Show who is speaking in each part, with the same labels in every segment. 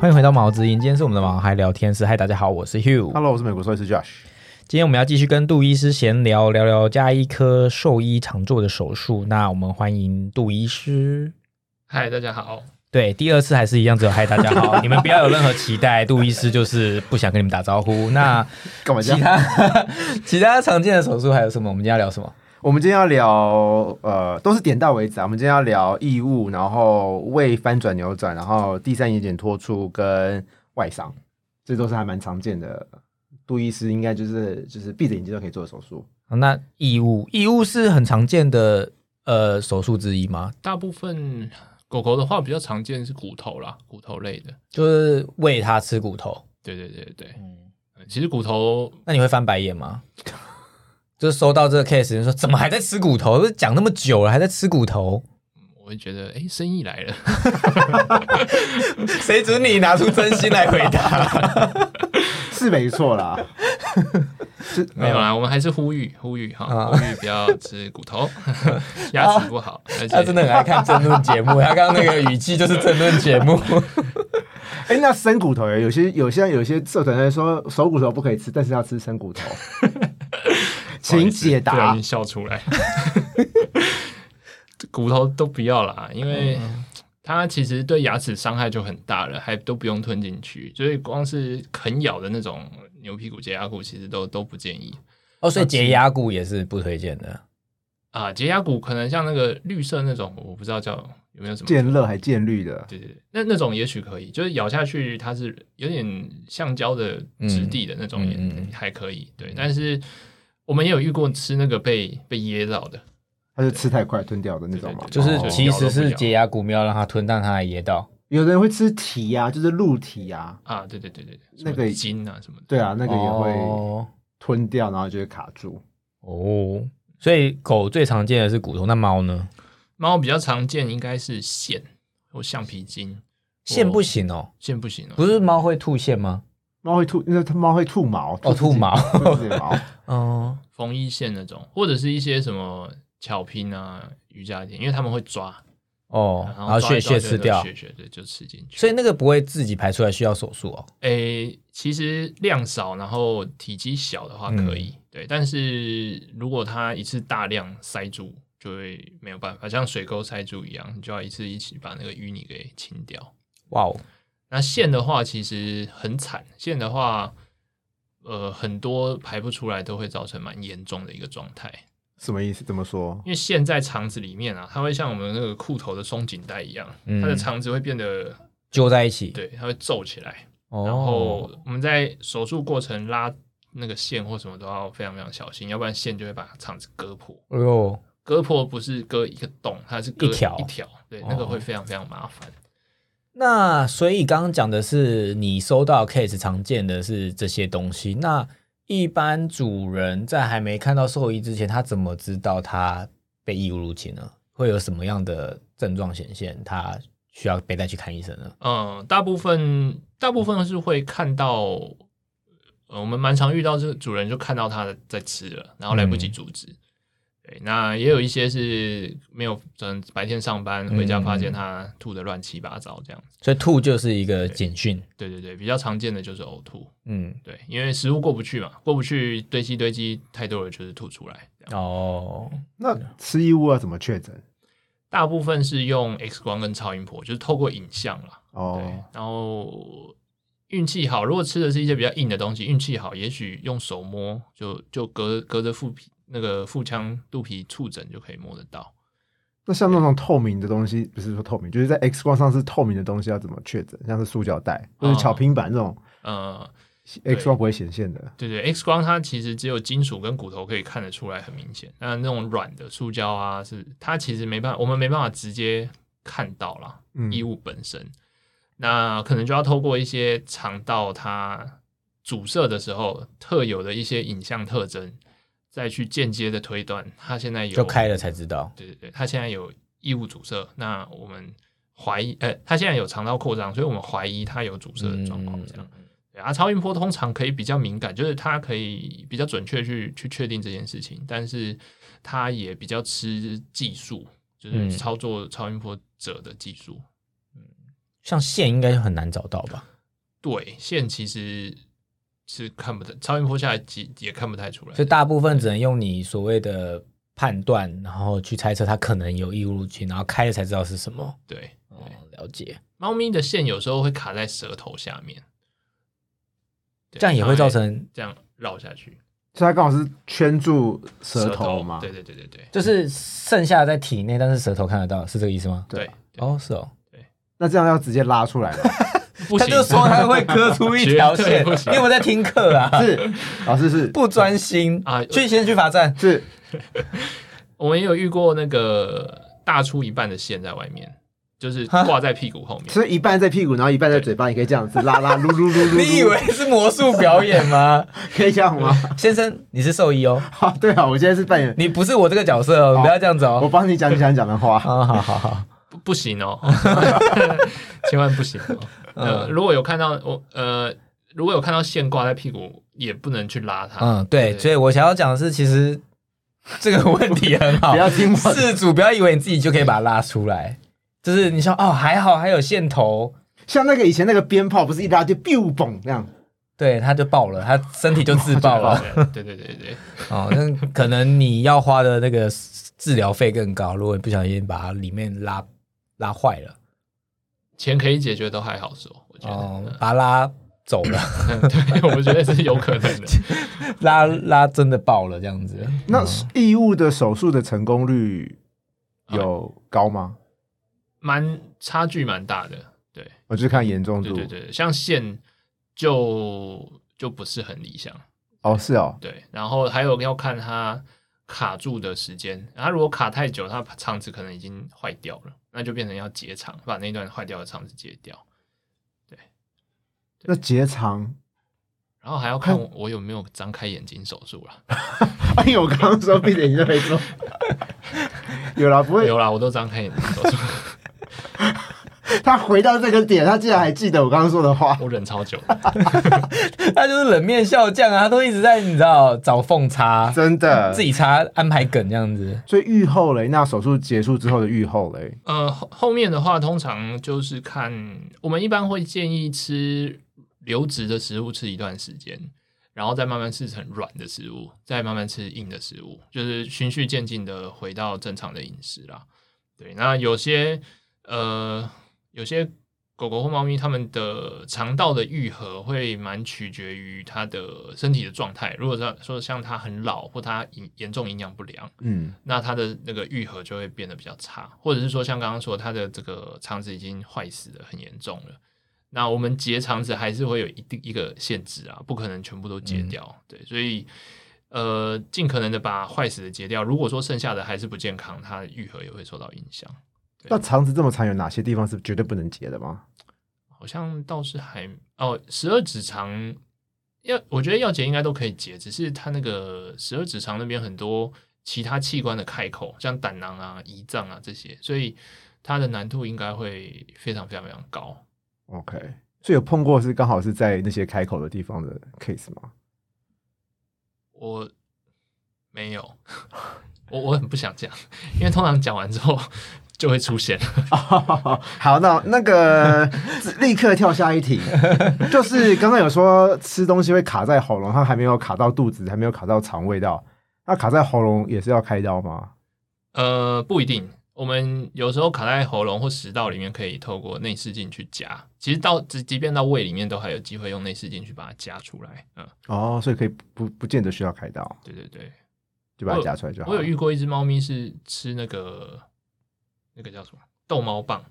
Speaker 1: 欢迎回到毛之音，今天是我们的毛孩聊天室。嗨，大家好，我是 Hugh。
Speaker 2: Hello，我是美国兽医师 Josh。
Speaker 1: 今天我们要继续跟杜医师闲聊，聊聊加医科兽医常做的手术。那我们欢迎杜医师。
Speaker 3: 嗨，大家好。
Speaker 1: 对，第二次还是一样，只有嗨，大家好，你们不要有任何期待。杜医师就是不想跟你们打招呼。那
Speaker 2: 干嘛这
Speaker 1: 其
Speaker 2: 样？
Speaker 1: 他 其他常见的手术还有什么？我们今天要聊什么？
Speaker 2: 我们今天要聊呃，都是点到为止啊。我们今天要聊异物，然后胃翻转扭转，然后第三眼睑脱出跟外伤，这都是还蛮常见的。杜医师应该就是就是闭着眼睛都可以做的手术。
Speaker 1: 那义务，义务是很常见的呃手术之一吗？
Speaker 3: 大部分狗狗的话比较常见是骨头啦，骨头类的。
Speaker 1: 就是喂它吃骨头。
Speaker 3: 对对对对，
Speaker 1: 嗯，
Speaker 3: 呃其实骨头
Speaker 1: 那你会翻白眼吗？ 就是收到这个 case，你说怎么还在吃骨头？都讲那么久了，还在吃骨头？
Speaker 3: 我会觉得，哎，生意来了。
Speaker 1: 谁准你拿出真心来回答？
Speaker 2: 是没错啦，
Speaker 3: 没有啦，我们还是呼吁呼吁
Speaker 1: 嗯啊
Speaker 3: 哈，呼吁不要吃骨 头，牙齿不好。
Speaker 1: 他
Speaker 3: 而且
Speaker 1: 啊真的很爱看争论节目，他刚刚那个语气就是争论节 目。
Speaker 2: 哎、那生骨头耶有些有些有些社团在说手骨头不可以吃，但是要吃生 骨头，
Speaker 3: 不好
Speaker 2: 请
Speaker 3: 意思
Speaker 2: 解
Speaker 3: 不小
Speaker 1: 啊
Speaker 2: 答
Speaker 3: 心。笑出来。 骨头都不要啦，因为
Speaker 1: 嗯
Speaker 3: 它其实对牙齿伤害就很大了，还都不用吞进去，所以光是啃咬的那种牛屁股、洁牙骨，其实都都不建议。
Speaker 1: 哦，所以洁牙骨也是不推荐的。
Speaker 3: 啊，洁牙骨可能像那个绿色那种，我不知道叫有没有什么。
Speaker 2: 见热还见绿的，
Speaker 3: 对对对，那那种也许可以，就是咬下去它是有点橡胶的质地的那种也、
Speaker 1: 嗯嗯嗯嗯
Speaker 3: 还可以。对，但是我们也有遇过吃那个被被噎到的，
Speaker 2: 它是吃太快吞掉的那种嘛。
Speaker 1: 就
Speaker 3: 对对对
Speaker 1: 是
Speaker 2: 哦
Speaker 1: 其实是洁牙骨没有让它吞，但它还噎到。
Speaker 2: 有的人会吃蹄呀、就是鹿蹄呀、
Speaker 3: 啊，对对对对对，
Speaker 2: 那个也
Speaker 3: 筋啊什么的。
Speaker 2: 对啊，那个也会
Speaker 1: 哦
Speaker 2: 吞掉，然后就会卡住。
Speaker 1: 哦，所以狗最常见的是骨头，那猫呢？
Speaker 3: 猫比较常见应该是线或橡皮筋，
Speaker 1: 线不行哦，
Speaker 3: 线不行哦。
Speaker 1: 不是猫会吐线吗？
Speaker 2: 猫会吐，那它猫会吐毛，
Speaker 1: 哦
Speaker 2: 自己
Speaker 1: 吐毛
Speaker 2: 吐自己的毛。
Speaker 1: 哦，
Speaker 3: 缝衣线那种，或者是一些什么巧拼啊、瑜伽垫，因为他们会抓，
Speaker 1: 哦，然后
Speaker 3: 抓
Speaker 1: 血
Speaker 3: 一抓
Speaker 1: 血
Speaker 3: 就
Speaker 1: 吃掉，
Speaker 3: 血血对，就吃进去。
Speaker 1: 所以那个不会自己排出来，需要手术哦。
Speaker 3: 诶、其实量少，然后体积小的话可以，对。但是如果它一次大量塞住，就会没有办法，像水沟塞住一样，你就要一次一起把那个淤泥给清掉。
Speaker 1: 哇哦，
Speaker 3: 那线的话，其实很惨，线的话，呃，很多排不出来都会造成蛮严重的一个状态，
Speaker 2: 什么意思？怎么说？
Speaker 3: 因为线在肠子里面啊，它会像我们那个裤头的松紧带一样，
Speaker 1: 嗯
Speaker 3: 它的肠子会变得，
Speaker 1: 揪在一起。
Speaker 3: 对，它会皱起来。
Speaker 1: 哦，
Speaker 3: 然后我们在手术过程拉那个线或什么都要非常非常小心，要不然线就会把肠子割破。
Speaker 1: 哎呦，
Speaker 3: 割破不是割一个洞，它是割
Speaker 1: 一条
Speaker 3: 一条，对，
Speaker 1: 哦
Speaker 3: 那个会非常非常麻烦。
Speaker 1: 那所以刚刚讲的是你收到的 case 常见的是这些东西。那一般主人在还没看到兽医之前，他怎么知道他被异物入侵呢？会有什么样的症状显现？他需要被带去看医生呢？
Speaker 3: 嗯，大部分大部分是会看到，呃，我们蛮常遇到这个主人就看到它在吃了，然后来不及
Speaker 1: 嗯
Speaker 3: 阻止。对，那也有一些是没有，嗯，白天上班回家发
Speaker 1: 嗯
Speaker 3: 现它吐的乱七八糟这样子。
Speaker 1: 所以吐就是一个简讯。
Speaker 3: 对对对，比较常见的就是呕吐。
Speaker 1: 嗯，
Speaker 3: 对，因为食物过不去嘛，过不去堆积堆积太多了，就是吐出来。这样
Speaker 1: 哦，
Speaker 2: 那吃异物要怎么确诊？
Speaker 3: 大部分是用 X 光跟超音波，就是透过影像啦。对，
Speaker 2: 哦，
Speaker 3: 然后运气好，如果吃的是一些比较硬的东西，运气好，也许用手摸就就隔隔着腹皮那个腹腔肚皮触诊就可以摸得到。
Speaker 2: 那像那种透明的东西，不是说透明，就是在 X 光上是透明的东西，要怎么确诊？像是塑胶袋或者
Speaker 3: 哦
Speaker 2: 巧拼板这种
Speaker 3: 呃，
Speaker 2: X 光不会显现的。
Speaker 3: 对对，X 光它其实只有金属跟骨头可以看得出来，很明显。那那种软的塑胶啊，是它其实没办法，我们没办法直接看到啦。
Speaker 2: 嗯，
Speaker 3: 异物本身，那可能就要透过一些肠道它阻塞的时候特有的一些影像特征，再去间接的推断它现在有
Speaker 1: 就开了才知道。
Speaker 3: 对对对，它现在有异物阻塞，那我们怀疑，呃，它现在有肠道扩张，所以我们怀疑它有阻塞的状况，这样。
Speaker 1: 嗯
Speaker 3: 对啊，超音波通常可以比较敏感，就是它可以比较准确去去确定这件事情，但是它也比较吃技术，就
Speaker 1: 嗯
Speaker 3: 是操作超音波者的技术。
Speaker 1: 像线应该很难找到吧？
Speaker 3: 对，线其实是看不到，超音波下来几也看不太出来
Speaker 1: 所。以大部分只能用你所谓的判断，然后去猜测它可能有异物入侵，然后开了才知道是什么。
Speaker 3: 对，
Speaker 1: 哦，了解，
Speaker 3: 猫咪的线有时候会卡在舌头下面，对
Speaker 1: 这样也会造成，
Speaker 3: 这样绕下去
Speaker 2: 所以它刚好是圈住舌头
Speaker 3: 头
Speaker 2: 嘛。
Speaker 3: 对对对对对
Speaker 1: 就是剩下在体内，但是舌头看得到，是这个意思吗？
Speaker 2: 对
Speaker 3: 对
Speaker 2: 啊，
Speaker 3: 对
Speaker 1: 哦，是哦，
Speaker 2: 那这样要直接拉出来吗，
Speaker 3: 不
Speaker 1: 他
Speaker 3: 行，啊
Speaker 1: 就说他会割出 一条
Speaker 3: 绝对
Speaker 1: 线，
Speaker 3: 不行
Speaker 1: 你有没有在听课 啊？
Speaker 2: 是老师是
Speaker 1: 不专心
Speaker 3: 啊
Speaker 1: 去先去罚站，
Speaker 2: 是
Speaker 3: 我们也有遇过那个大出一半的线在外面，就是挂在屁股后 面。
Speaker 2: 是一半在屁股，然后一半在嘴巴，你可以这样子拉拉噜噜噜噜噜。
Speaker 1: 你以为是魔术表演 吗？
Speaker 2: 可以这样吗？
Speaker 1: 先生，你是兽医哦，
Speaker 2: 好，对啊，我现在是扮演，
Speaker 1: 你不是我这个角色哦，
Speaker 2: 好
Speaker 1: 不要这样子
Speaker 2: 我
Speaker 1: 哦。
Speaker 2: 帮你讲你想讲的话。
Speaker 1: 啊，好好好，
Speaker 3: 不不 行哦，千万不行哦。
Speaker 1: 嗯
Speaker 3: 呃，如果有看到我呃，如果有看到线挂在屁股，也不能去拉它。
Speaker 1: 嗯，对，所以我想要讲的是，其实这个问题很好
Speaker 2: 不，要听我的，
Speaker 1: 事主不要以为你自己就可以把它拉出来，就是你说哦，还好还有线头，
Speaker 2: 像那个以前那个鞭炮，不是一拉就 biu 嘣这样，
Speaker 1: 对，它就爆了，它身体就自爆了。
Speaker 3: 对对对对对，
Speaker 1: 哦，那可能你要花的那个治疗费更高，如果你不小心把它里面拉拉坏了，
Speaker 3: 钱可以解决都还好说，我觉得。
Speaker 1: 哦，
Speaker 2: 嗯
Speaker 1: 把它拉走了，
Speaker 3: 嗯 对，我觉得是有可能的。
Speaker 1: 拉拉真的爆了这样子。
Speaker 2: 那
Speaker 3: 嗯
Speaker 2: 义务的手术的成功率有
Speaker 3: 啊
Speaker 2: 高吗？
Speaker 3: 蛮差距蛮大的。对
Speaker 2: 我就看严重
Speaker 3: 对
Speaker 2: 度。
Speaker 3: 对对，像线就就不是很理想。
Speaker 2: 哦，是哦，
Speaker 3: 对，然后还有要看它卡住的时间，它如果卡太久，它肠子可能已经坏掉了，那就变成要结肠，把那段坏掉的肠子截掉。
Speaker 2: 那结肠。
Speaker 3: 然后还要看
Speaker 1: 哎
Speaker 3: 我我有没有张开眼睛手术啦，
Speaker 2: 哎呦，我刚刚说闭着眼睛就没做。有啦，不会
Speaker 3: 有，啦，我都张开眼睛手术，
Speaker 2: 他回到这个点，他竟然还记得我刚刚说的话。
Speaker 3: 我忍超久了。
Speaker 1: 他就是冷面笑匠啊，他都一直在你知道找缝插，
Speaker 2: 真的
Speaker 1: 自，己插安排梗这样子。
Speaker 2: 所以愈后嘞，那手术结束之后的愈后嘞，
Speaker 3: 呃，后后面的话通常就是看，我们一般会建议吃流质的食物吃一段时间，然后再慢慢吃成软的食物，再慢慢吃硬的食物，就是循序渐进的回到正常的饮食啦。对，那有些呃，有些狗狗或猫咪，它们的肠道的愈合会蛮取决于它的身体的状态。如果说说像它很老或它严严重营养不良，
Speaker 2: 嗯，
Speaker 3: 那它的那个愈合就会变得比较差，或者是说像刚刚说，它的这个肠子已经坏死的很严重了。那我们截肠子还是会有一定一个限制啊，不可能全部都截掉，对，所以呃，尽可能的把坏死的截掉。如果说剩下的还是不健康，它愈合也会受到影响。
Speaker 2: 那肠子这么长，有哪些地方是绝对不能结的吗？
Speaker 3: 好像倒是还哦，十二指肠要我觉得要截应该都可以截，只是它那个十二指肠那边很多其他器官的开口，像胆囊啊、胰脏啊这些，所以它的难度应该会非常非常非常高。
Speaker 2: OK，所以有碰过是刚好是在那些开口的地方的 case 吗？
Speaker 3: 我没有， 我我很不想讲，因为通常讲完之后就会出现了。
Speaker 2: 好，那那个 立刻跳下一题，就是刚刚有说吃东西会卡在喉咙，它还没有卡到肚子，还没有卡到肠胃道，那卡在喉咙也是要开刀吗？
Speaker 3: 呃，不一定。我们有时候卡在喉咙或食道里面，可以透过内视镜去夹。其实到即即便到胃里面，都还有机会用内视镜去把它夹出来。嗯，
Speaker 2: 哦，所以可以不不见得需要开刀，
Speaker 3: 对对对。
Speaker 2: 就把它夹出来就好
Speaker 3: 我
Speaker 2: 了。
Speaker 3: 有遇过一只猫咪是吃那个那个叫什么逗猫棒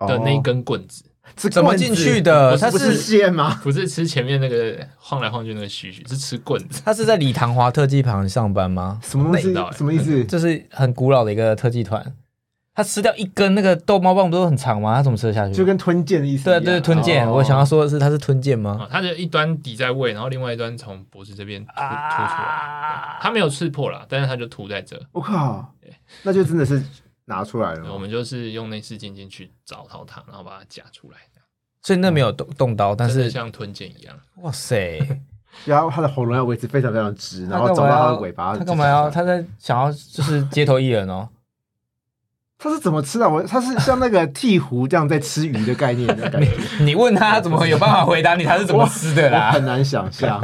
Speaker 3: 的那一根棍子，
Speaker 2: 哦是
Speaker 1: 怎么
Speaker 2: 棍子
Speaker 1: 进去的
Speaker 2: 不是
Speaker 1: 它
Speaker 2: 不
Speaker 1: 是
Speaker 2: 是线吗？
Speaker 3: 不是吃前面那个晃来晃去那个须须，是吃棍子。
Speaker 1: 他是在李唐华特技旁上班吗？
Speaker 2: 什么东
Speaker 3: 不知道
Speaker 2: 西？
Speaker 3: 欸
Speaker 2: 什么意思？
Speaker 1: 这是很古老的一个特技团，他吃掉一根那个逗猫棒不是很长吗？他怎么吃得下去？
Speaker 2: 就跟吞剑的意思一
Speaker 1: 对
Speaker 2: 样。
Speaker 1: 啊对，吞剑。
Speaker 2: 哦
Speaker 1: 我想要说的是，它是吞剑吗？
Speaker 3: 啊，它的一端抵在胃，然后另外一端从脖子这边突突出来，
Speaker 1: 啊
Speaker 3: 对它没有刺破啦，但是它就凸在这。
Speaker 2: 我靠，那就真的是拿出来
Speaker 3: 对我
Speaker 2: 了。
Speaker 3: 们就是用内视镜进去找到它，然后把它夹出来，
Speaker 1: 所以那没有动动刀，但
Speaker 3: 真的
Speaker 1: 是
Speaker 3: 像吞剑一样。
Speaker 1: 哇塞，
Speaker 2: 然后它的喉咙要维持非常非常直，然
Speaker 1: 他
Speaker 2: 后
Speaker 1: 干
Speaker 2: 找
Speaker 1: 嘛
Speaker 2: 到它
Speaker 1: 要
Speaker 2: 的尾巴。
Speaker 1: 他干嘛要？他在想要就是街头艺人哦，
Speaker 2: 它是怎么吃啊？我它是像那个鹈鹕这样在吃鱼的概念的感觉，
Speaker 1: 你问他怎么有办法回答你他是怎么吃的
Speaker 2: 我
Speaker 1: 啦？
Speaker 2: 很难想象。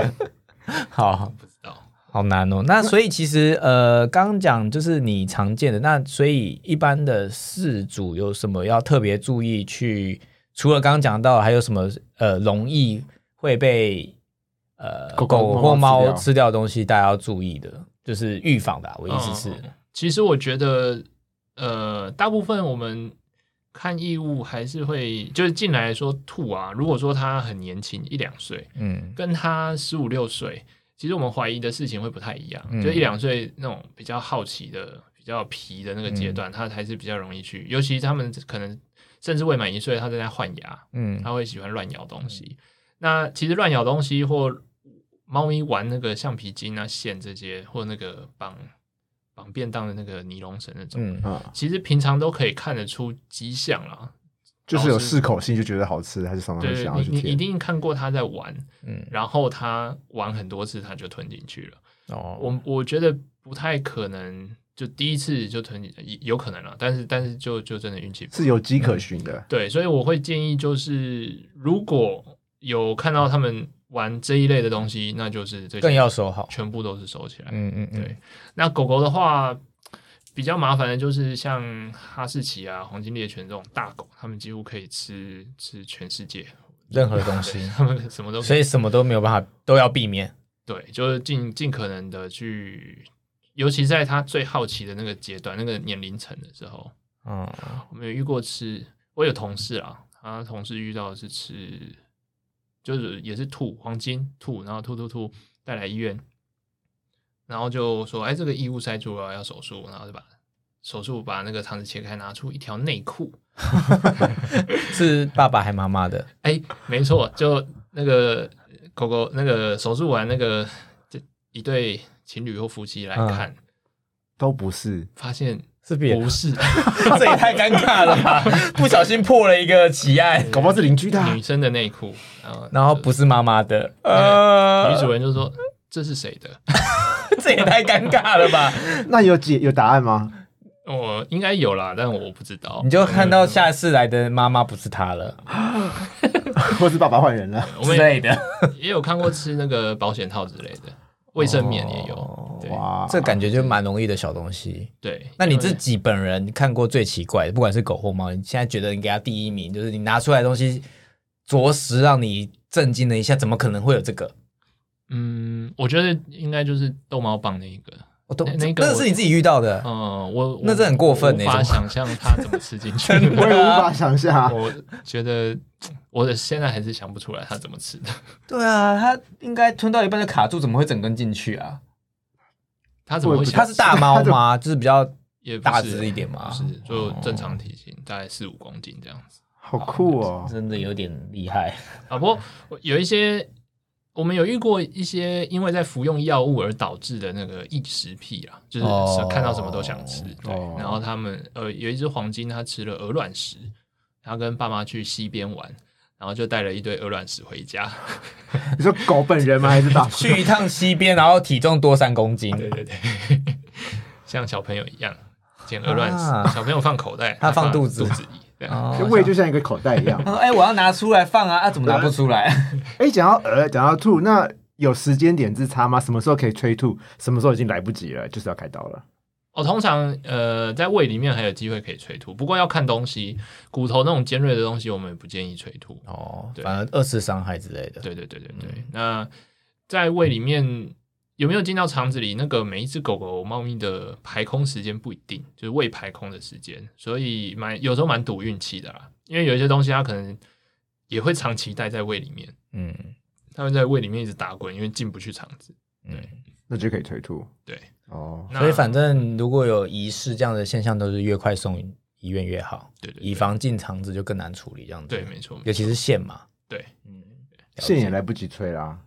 Speaker 1: 好
Speaker 3: 不知道。
Speaker 1: 好难哦。那所以其实呃，刚刚讲就是你常见的，那所以一般的饲主有什么要特别注意去？除了刚刚讲到，还有什么呃容易会被呃
Speaker 2: 狗
Speaker 1: 狗
Speaker 2: 狗
Speaker 1: 或
Speaker 2: 猫
Speaker 1: 猫
Speaker 2: 吃掉
Speaker 1: 吃掉的东西，大家要注意的，就是预防的啊、我意思是，
Speaker 3: 嗯其实我觉得，呃，大部分我们看义务还是会，就是进来说吐啊。如果说他很年轻，一两岁，
Speaker 1: 嗯
Speaker 3: 跟他十五六岁，其实我们怀疑的事情会不太一样。
Speaker 1: 嗯
Speaker 3: 就一两岁那种比较好奇的、比较皮的那个
Speaker 1: 嗯
Speaker 3: 阶段，他还是比较容易去，尤其他们可能甚至未满一岁，他正在换牙，
Speaker 1: 嗯
Speaker 3: 他会喜欢乱咬东西。那其实乱咬东西或猫咪玩那个橡皮筋啊、线这些，或那个绑绑便当的那个尼龙绳那种，
Speaker 1: 嗯
Speaker 2: 啊，
Speaker 3: 其实平常都可以看得出迹象啦。
Speaker 2: 就是有适口性就觉得好吃，还是常常会
Speaker 3: 对
Speaker 2: 想要
Speaker 3: 你，
Speaker 2: 去
Speaker 3: 你一
Speaker 2: 舔。
Speaker 3: 定看过它在玩，
Speaker 1: 嗯
Speaker 3: 然后它玩很多次，它就吞进去了。
Speaker 1: 哦，
Speaker 3: 我我觉得不太可能，就第一次就吞进，有可能啦，但是但是就就真的运气不好
Speaker 2: 是有迹可循的，
Speaker 3: 对，所以我会建议，就是如果有看到他们玩这一类的东西，那就是这些
Speaker 1: 更要收好。
Speaker 3: 全部都是收起来。
Speaker 1: 嗯嗯嗯，
Speaker 3: 对，那狗狗的话，比较麻烦的就是像哈士奇啊、黄金猎犬这种大狗，它们几乎可以吃吃全世界，
Speaker 1: 任何东 西，
Speaker 3: 它们什么都可以
Speaker 1: 所以什么都没有办法，都要避免。
Speaker 3: 对，就是尽尽可能的去，尤其在它最好奇的那个阶段、那个年龄层的时候，
Speaker 1: 嗯，
Speaker 3: 我们有遇过吃，我有同事啊，他同事遇到的是吃，就是也是吐黄金吐，然后吐吐吐带来医院，然后就说，哎，这个异物塞住了，要手术，然后就把手术把那个肠子切开，拿出一条内裤，
Speaker 1: 是爸爸还妈妈的，
Speaker 3: 哎，没错，就那个狗狗那个手术完那个这一对情侣或夫妻
Speaker 2: 嗯
Speaker 3: 来看，
Speaker 2: 都不是。
Speaker 3: 发现
Speaker 1: 是别
Speaker 3: 不是
Speaker 1: 这也太尴尬了 吧！不小心破了一个奇案，
Speaker 2: 搞不好是邻居的啊，
Speaker 3: 女生的内裤，然后
Speaker 1: 然后不是妈妈的，
Speaker 3: 女
Speaker 1: 呃，
Speaker 3: 主人就说这是谁的？
Speaker 1: 这也太尴尬了吧！
Speaker 2: 那有解有答案吗？
Speaker 3: 我哦应该有啦，但我不知道。
Speaker 1: 你就看到下次来的妈妈不是她了
Speaker 2: 或是爸爸换人了？
Speaker 3: 我
Speaker 1: 之
Speaker 3: 们也
Speaker 1: 类的，
Speaker 3: 也有看过吃那个保险套之类的，卫生棉也有
Speaker 1: 哦。
Speaker 3: 对
Speaker 2: 哇，
Speaker 1: 这感觉就蛮容易的小东西。
Speaker 3: 对，
Speaker 1: 那你
Speaker 3: 因为
Speaker 1: 自己本人看过最奇怪的，不管是狗或猫，你现在觉得你给它第一名，就是你拿出来的东西，着实让你震惊了一下，怎么可能会有这个？
Speaker 3: 嗯，我觉得应该就是逗猫棒那一个。
Speaker 1: 我都
Speaker 3: 那
Speaker 1: 那
Speaker 3: 那个
Speaker 1: 个
Speaker 3: 我
Speaker 1: 是你自己遇到的，
Speaker 3: 嗯，我
Speaker 1: 那
Speaker 3: 我
Speaker 1: 这很过分欸
Speaker 3: 无法
Speaker 1: 怎
Speaker 3: 想象它怎么吃进 去。
Speaker 2: 我也无法想象啊。
Speaker 3: 我觉得我的现在还是想不出来它怎么吃的。
Speaker 1: 对啊，它应该吞到一半就卡住，怎么会整根进去啊？
Speaker 3: 它怎么会
Speaker 2: 我也不
Speaker 3: 想？
Speaker 1: 它是大猫吗？就是比较
Speaker 3: 也不是
Speaker 1: 大只一点啊哦吗？
Speaker 3: 不是，就正常体型，大概四五公斤这样子。
Speaker 2: 好酷哦！
Speaker 1: 真的有点厉害。
Speaker 3: 啊，不过我有一些我们有遇过一些因为在服用药物而导致的那个异食癖啦，就是
Speaker 1: 哦
Speaker 3: 看到什么都想吃。对，
Speaker 2: 哦
Speaker 3: 然后他们呃有一只黄金，它吃了鹅卵石，它跟爸妈去溪边玩。然后就带了一堆鹅卵石回家，
Speaker 2: 你说狗本人吗？还是爸 爸？
Speaker 1: 去一趟西边，然后体重多三公斤，
Speaker 3: 对对对， 像小朋友一样捡鹅卵石，
Speaker 1: 啊
Speaker 3: 小朋友放口袋，
Speaker 1: 他放
Speaker 3: 放
Speaker 1: 肚子
Speaker 3: 肚子里，对
Speaker 1: 哦
Speaker 2: 胃就像一个口袋一样
Speaker 1: 他。说：“哎、我要拿出来放啊，啊，怎么拿不出来？
Speaker 2: 哎，讲到鹅，讲到兔，那有时间点之差吗？什么时候可以催吐？什么时候已经来不及了，就是要开刀了？
Speaker 3: 哦，通常呃，在胃里面还有机会可以催吐，不过要看东西，骨头那种尖锐的东西，我们也不建议催吐。
Speaker 1: 哦，
Speaker 3: 对
Speaker 1: 反正二次伤害之类的。嗯
Speaker 3: 对对对对对。那在胃里面有没有进到肠子里？那个每一只狗狗、猫咪的排空时间不一定，就是胃排空的时间，所以蛮有时候蛮赌运气的啦。因为有一些东西它可能也会长期待在胃里面，
Speaker 1: 嗯，
Speaker 3: 它会在胃里面一直打滚，因为进不去肠子。
Speaker 2: 那就可以催吐
Speaker 3: 对，
Speaker 2: 哦。
Speaker 3: 那
Speaker 1: 所以反正如果有疑似这样的现象，都是越快送医院越好，
Speaker 3: 对对对
Speaker 1: 以防进肠子就更难处理这样子。
Speaker 3: 对，没错，
Speaker 1: 尤其是线嘛，
Speaker 3: 对。
Speaker 1: 嗯
Speaker 2: 线也来不及催啦。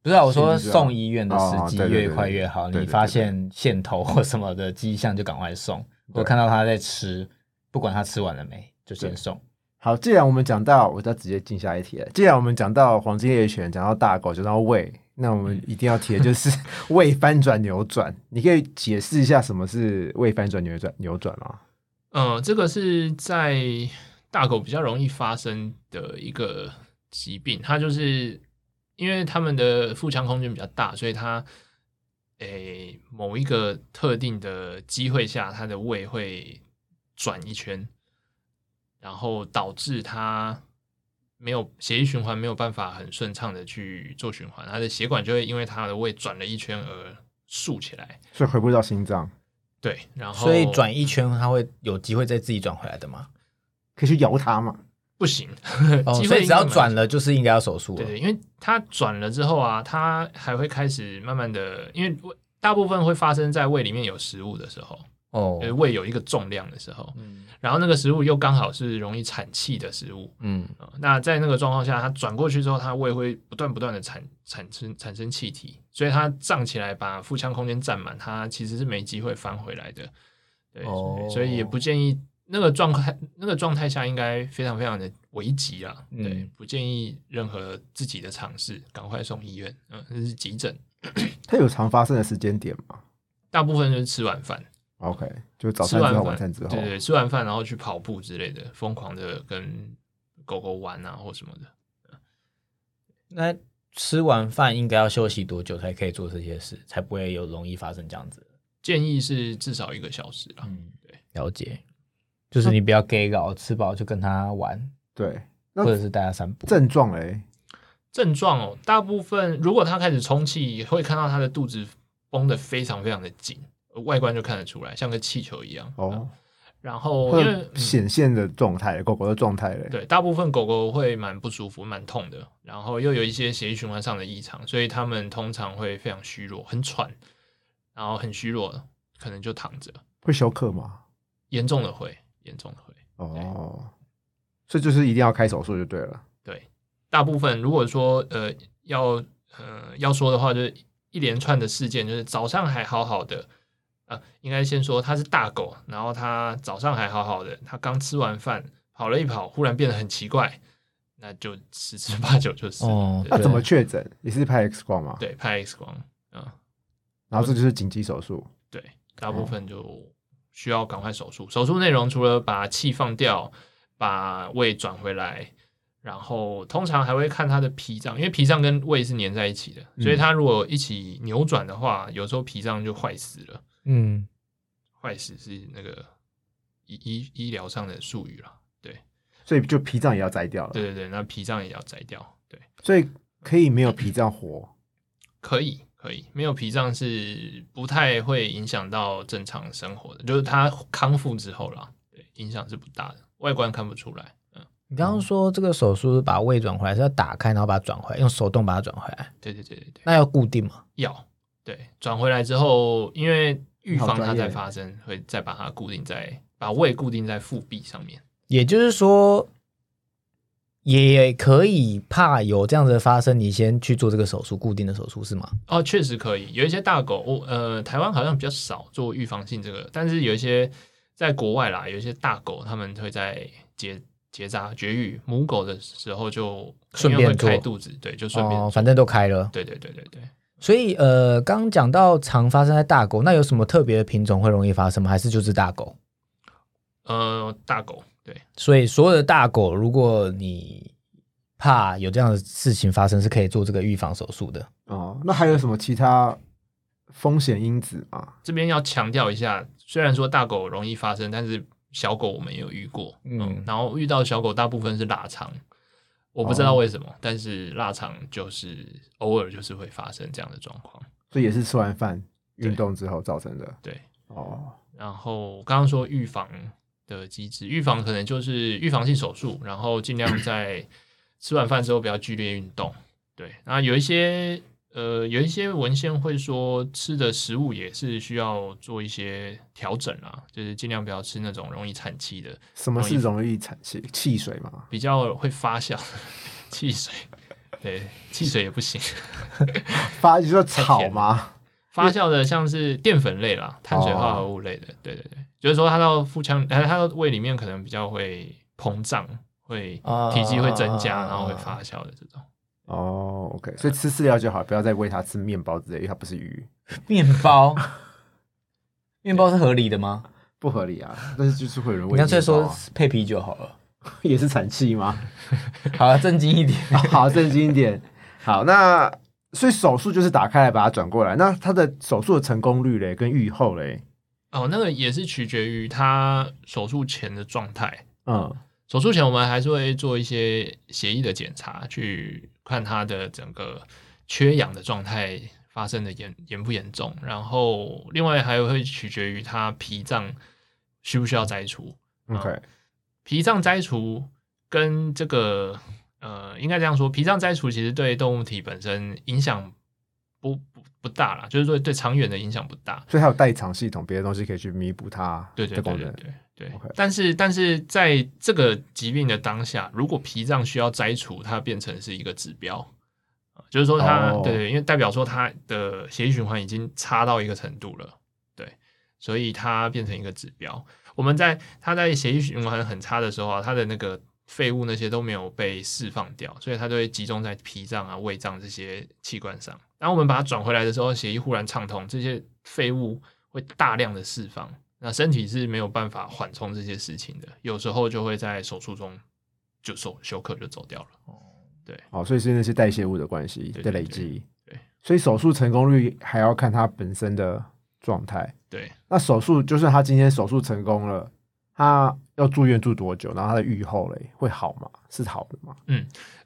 Speaker 1: 不是、啊、我说
Speaker 2: 线是啊
Speaker 1: 送医院的时
Speaker 2: 哦
Speaker 1: 机
Speaker 2: 对对对
Speaker 1: 越快越好，
Speaker 2: 对对对
Speaker 1: 你发现线头或什么的迹象就赶快送，我看到他在吃，不管他吃完了没，就先送。
Speaker 2: 好，既然我们讲到，我就要直接进下一题了。既然我们讲到黄金猎犬，讲到大狗，讲到胃，那我们一定要提的就是 胃翻转扭转。你可以解释一下什么是胃翻转扭转扭转吗？
Speaker 3: 嗯、这个是在大狗比较容易发生的一个疾病，它就是因为它们的腹腔空间比较大，所以它诶、某一个特定的机会下，它的胃会转一圈，然后导致它没有血液循环没有办法很顺畅的去做循环，它的血管就会因为它的胃转了一圈而竖起来。
Speaker 2: 所以回不到心脏，
Speaker 3: 对，然后
Speaker 1: 所以转一圈，它会有机会再自己转回来的嘛？
Speaker 2: 可以去摇它嘛。
Speaker 3: 不行，
Speaker 1: 哦，
Speaker 3: 机
Speaker 1: 所
Speaker 3: 会
Speaker 1: 以
Speaker 3: 应
Speaker 1: 只
Speaker 3: 该
Speaker 1: 要
Speaker 3: 蛮
Speaker 1: 转了，就是应该要手术
Speaker 3: 对
Speaker 1: 了。
Speaker 3: 对，因为它转了之后啊，它还会开始慢慢的，因为胃大部分会发生在胃里面有食物的时候，
Speaker 1: 哦
Speaker 3: 就是，胃有一个重量的时候，然后那个食物又刚好是容易产气的食物，
Speaker 1: 嗯
Speaker 3: 呃那在那个状况下，它转过去之后，它胃会不断不断的产产生产生气体，所以它胀起来把腹腔空间占满，它其实是没机会翻回来的。对，
Speaker 1: 哦
Speaker 3: 所以也不建议那个状态那个状态下应该非常非常的危急啊。
Speaker 1: 嗯
Speaker 3: 对，不建议任何自己的尝试，赶快送医院，嗯，这是急诊。
Speaker 2: 它有常发生的时间点嘛
Speaker 3: 大部分就是吃晚饭，
Speaker 2: ？OK，就是早餐
Speaker 3: 吃
Speaker 2: 之后、
Speaker 3: 完
Speaker 2: 晚餐之后
Speaker 3: 对，对，吃完饭然后去跑步之类的，疯狂的跟狗狗玩啊或什么的。
Speaker 1: 那吃完饭应该要休息多久才可以做这些事，才不会有容易发生这样子？
Speaker 3: 建议是至少一个小时啊啦。
Speaker 1: 嗯，
Speaker 3: 对，
Speaker 1: 了解。就是你不要 gay 搞，吃饱就跟他玩，
Speaker 2: 对。
Speaker 1: 或
Speaker 2: 那
Speaker 1: 者是带他散步。
Speaker 2: 症状嘞？
Speaker 3: 症状哦，大部分如果他开始充气，会看到他的肚子绷得非常非常的紧，外观就看得出来，像个气球一样。啊
Speaker 2: 哦，
Speaker 3: 然后
Speaker 2: 会
Speaker 3: 因为、
Speaker 2: 有显现的状态，狗狗的状态嘞？
Speaker 3: 嗯，对大部分狗狗会蛮不舒服、蛮痛的，然后又有一些血液循环上的异常，所以它们通常会非常虚弱，很喘，然后很虚弱，可能就躺着，
Speaker 2: 会休克吗？
Speaker 3: 严重的会，严重的会。
Speaker 2: 哦，所以就是一定要开手术就对了。
Speaker 3: 对，大部分如果说呃要呃要说的话，就是一连串的事件，就是早上还好好的，啊，应该先说它是大狗，然后它早上还好好的，它刚吃完饭跑了一跑，忽然变得很奇怪，那就十之八九就是
Speaker 1: 哦
Speaker 2: 那
Speaker 1: 对
Speaker 2: 怎么确诊？也是拍 X 光嘛？
Speaker 3: 对拍 X 光啊，
Speaker 2: 然后这就是紧急手术。
Speaker 3: 对，大部分就需要赶快手术。手术内容除了把气放掉，把胃转回来，然后通常还会看他的脾脏，因为脾脏跟胃是粘在一起的，
Speaker 2: 嗯
Speaker 3: 所以它如果一起扭转的话，有时候脾脏就坏死了。
Speaker 1: 嗯，
Speaker 3: 坏死是那个医医医疗上的术语啦。对
Speaker 2: 所以就脾脏也要摘掉了。
Speaker 3: 对对对，那脾脏也要摘掉。对，
Speaker 2: 所以可以没有脾脏活。
Speaker 3: 可以。可以，没有脾脏是不太会影响到正常生活的，就是它康复之后啦，对，影响是不大的，外观看不出来。嗯，
Speaker 1: 你刚刚说这个手术是把胃转回来是要打开，然后把它转回来，用手动把它转回来，
Speaker 3: 对对对对对，
Speaker 1: 那要固定吗？
Speaker 3: 要对转回来之后，因为预防
Speaker 2: 好
Speaker 3: 它
Speaker 2: 专业
Speaker 3: 再发生，会再把它固定在把胃固定在腹壁上面。
Speaker 1: 也就是说，也可以怕有这样子的发生，你先去做这个手术，固定的手术是吗？
Speaker 3: 哦，确实可以，有一些大狗，我、呃，台湾好像比较少做预防性这个，但是有一些在国外啦，有一些大狗他们会在结结扎绝育母狗的时候就可
Speaker 1: 顺
Speaker 3: 能
Speaker 1: 便
Speaker 3: 会开
Speaker 1: 做
Speaker 3: 肚子，对，就顺便
Speaker 1: 哦
Speaker 3: 做、，
Speaker 1: 反正都开了。
Speaker 3: 对对对对对。
Speaker 1: 所以呃，刚讲到常发生在大狗，那有什么特别的品种会容易发生吗？还是就是大狗？
Speaker 3: 呃，大狗对，
Speaker 1: 所以所有的大狗，如果你怕有这样的事情发生，是可以做这个预防手术的。
Speaker 2: 哦，那还有什么其他风险因子吗？
Speaker 3: 这边要强调一下，虽然说大狗容易发生，但是小狗我们也有遇过，
Speaker 1: 嗯
Speaker 3: 嗯然后遇到小狗大部分是腊肠，我不知
Speaker 1: 哦
Speaker 3: 道为什么，但是腊肠就是偶尔就是会发生这样的状况，
Speaker 2: 所以也是吃完饭、
Speaker 3: 对
Speaker 2: 运动之后造成的。
Speaker 3: 对。
Speaker 2: 哦，
Speaker 3: 然后刚刚说预防的机制，预防可能就是预防性手术，然后尽量在吃完饭之后不要剧烈运动。对，那有一些呃有一些文献会说吃的食物也是需要做一些调整啊，就是尽量不要吃那种容易产气的，
Speaker 2: 什么是容易产气汽水嘛？
Speaker 3: 比较会发酵的 汽水。对，汽水也不行，
Speaker 2: 发就是说草吗？
Speaker 3: 发酵的像是淀粉类啦、碳水化合物类的，对对对，就是说它到腹腔，呃，它到胃里面可能比较会膨胀，会
Speaker 1: 啊
Speaker 3: 体积会增加，
Speaker 1: 啊啊啊
Speaker 3: 然后会发酵的这种。
Speaker 2: 哦，OK，所以吃饲料就好，不要再喂它 吃面包之类，因为它不是鱼。
Speaker 1: 面包，面包是合理的吗？
Speaker 2: 不合理啊，但是就是会有人
Speaker 1: 你
Speaker 2: 问、啊，
Speaker 1: 干脆说配啤酒好了。
Speaker 2: 也是产气吗？
Speaker 1: 好了，正经一点。
Speaker 2: 好，正经一点。好，那所以手术就是打开来把它转过来。那它的手术的成功率嘞，跟预后嘞，
Speaker 3: 哦，那个也是取决于他手术前的状态。
Speaker 2: 嗯，
Speaker 3: 手术前我们还是会做一些血液的检查，去看他的整个缺氧的状态发生的严严不严重，然后另外还会取决于他脾脏需不需要摘除。
Speaker 2: OK，
Speaker 3: 脾脏摘除跟这个呃，应该这样说，脾脏摘除其实对动物体本身影响不不不大啦，就是说对长远的影响不大。
Speaker 2: 所以还有代偿系统，别的东西可以去弥补它
Speaker 3: 对对
Speaker 2: 的
Speaker 3: 对
Speaker 2: 功
Speaker 3: 对
Speaker 2: 能。
Speaker 3: 对对
Speaker 2: OK。
Speaker 3: 但是但是在这个疾病的当下，如果脾脏需要摘除，它变成是一个指标，啊就是说它、
Speaker 2: 哦
Speaker 3: 对对，因为代表说它的血液循环已经差到一个程度了，对，所以它变成一个指标。我们在它在血液循环很差的时候啊，它的那个废物那些都没有被释放掉，所以它都会集中在脾脏啊、胃脏这些器官上。当我们把它转回来的时候，血液忽然畅通，这些废物会大量的释放，那身体是没有办法缓冲这些事情的，有时候就会在手术中就手休克就走掉了。
Speaker 2: 哦，所以是那些代谢物的关系的
Speaker 3: 对对
Speaker 2: 累
Speaker 3: 对
Speaker 2: 积。
Speaker 3: 对
Speaker 2: 所以手术成功率还要看它本身的状态。
Speaker 3: 对，
Speaker 2: 那手术就算他今天手术成功了，他要住院住多久？然后他的预后嘞会好吗？是好的吗？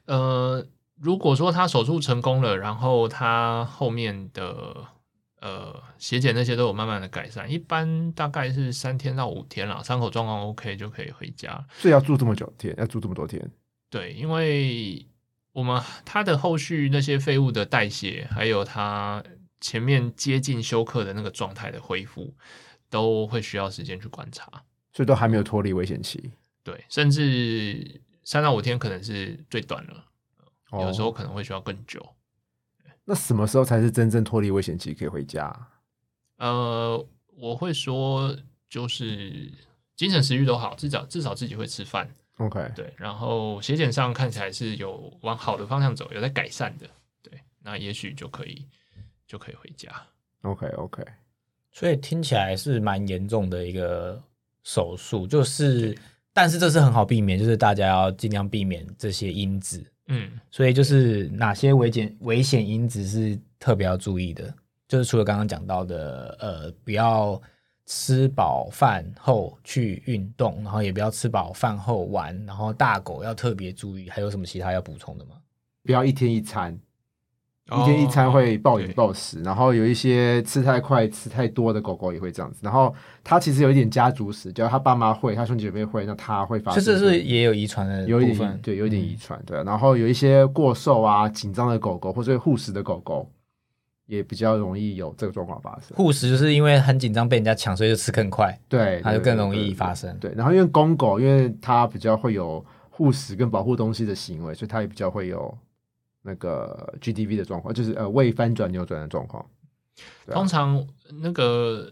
Speaker 3: 呃，如果说他手术成功了，然后他后面的呃血检那些都有慢慢的改善，一般大概是三天到五天啦，伤口状况 OK 就可以回家了。
Speaker 2: 所以要住这么久天，要住这么多天。
Speaker 3: 对，因为我们它的后续那些废物的代谢，还有它前面接近休克的那个状态的恢复，都会需要时间去观察。
Speaker 2: 所以都还没有脱离危险期。
Speaker 3: 对，甚至三到五天可能是最短了，有时候可能会需要更久。
Speaker 2: 哦那什么时候才是真正脱离危险期可以回家？
Speaker 3: 呃，我会说就是精神食欲都好，至少至少自己会吃饭，
Speaker 2: OK，
Speaker 3: 对，然后血检上看起来是有往好的方向走，有在改善的，对，那也许就可以就可以回家。
Speaker 2: OK OK，
Speaker 1: 所以听起来是蛮严重的一个手术，就是，但是这是很好避免，就是大家要尽量避免这些因子。
Speaker 3: 嗯，
Speaker 1: 所以就是哪些危险危险因子是特别要注意的，就是除了刚刚讲到的，呃，不要吃饱饭后去运动，然后也不要吃饱饭后玩，然后大狗要特别注意，还有什么其他要补充的吗？
Speaker 2: 不要一天一餐，一天一餐会暴饮
Speaker 3: 哦对
Speaker 2: 暴食，然后有一些吃太快、吃太多的狗狗也会这样子。然后它其实有一点家族史，只要它爸妈会，它兄弟姐妹会，那它会发
Speaker 1: 这
Speaker 2: 生这
Speaker 1: 是
Speaker 2: 个。
Speaker 1: 不是也有遗传的
Speaker 2: 有一
Speaker 1: 部
Speaker 2: 点
Speaker 1: 分嗯
Speaker 2: 遗，对，有一点遗传，对啊。然后有一些过瘦啊、紧张的狗狗，或者护食的狗狗，也比较容易有这个状况发生。
Speaker 1: 护食就是因为很紧张被人家抢，所以就吃更快。
Speaker 2: 对，
Speaker 1: 它就
Speaker 2: 对
Speaker 1: 更
Speaker 2: 对
Speaker 1: 容
Speaker 2: 对
Speaker 1: 易
Speaker 2: 对
Speaker 1: 发生
Speaker 2: 对，然后因为公狗，因为它比较会有护食跟保护东西的行为，所以它也比较会有那个 GDV 的状况，就是呃胃翻转扭转的状况。对啊
Speaker 3: 通常那个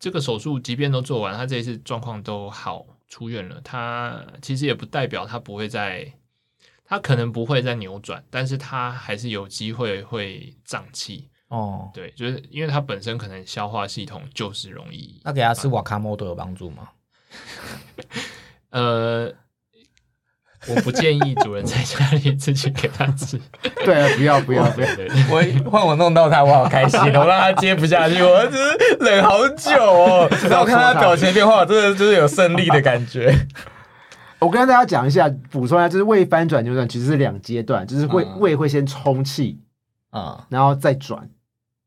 Speaker 3: 这个手术，即便都做完，他这一次状况都好出院了，他其实也不代表他不会再，他可能不会再扭转，但是他还是有机会会胀气。
Speaker 1: 哦，
Speaker 3: 对，就是因为他本身可能消化系统就是容易
Speaker 1: 那给它吃瓦卡莫多有帮助吗？
Speaker 3: 呃。我不建议主人在家里自己给它吃。
Speaker 2: 对啊，不要不要不要
Speaker 3: 对，对对
Speaker 1: 我换我弄到他，我好开心哦！我让他接不下去，我只是忍好久 哦。然后我看他表情变化，我真的就是有胜利的感觉。
Speaker 2: 我跟大家讲一下，补充一下，就是胃翻转扭转其实是两阶段，就是胃、
Speaker 1: 嗯
Speaker 2: 胃会先充气，
Speaker 1: 啊、
Speaker 2: 然后再转。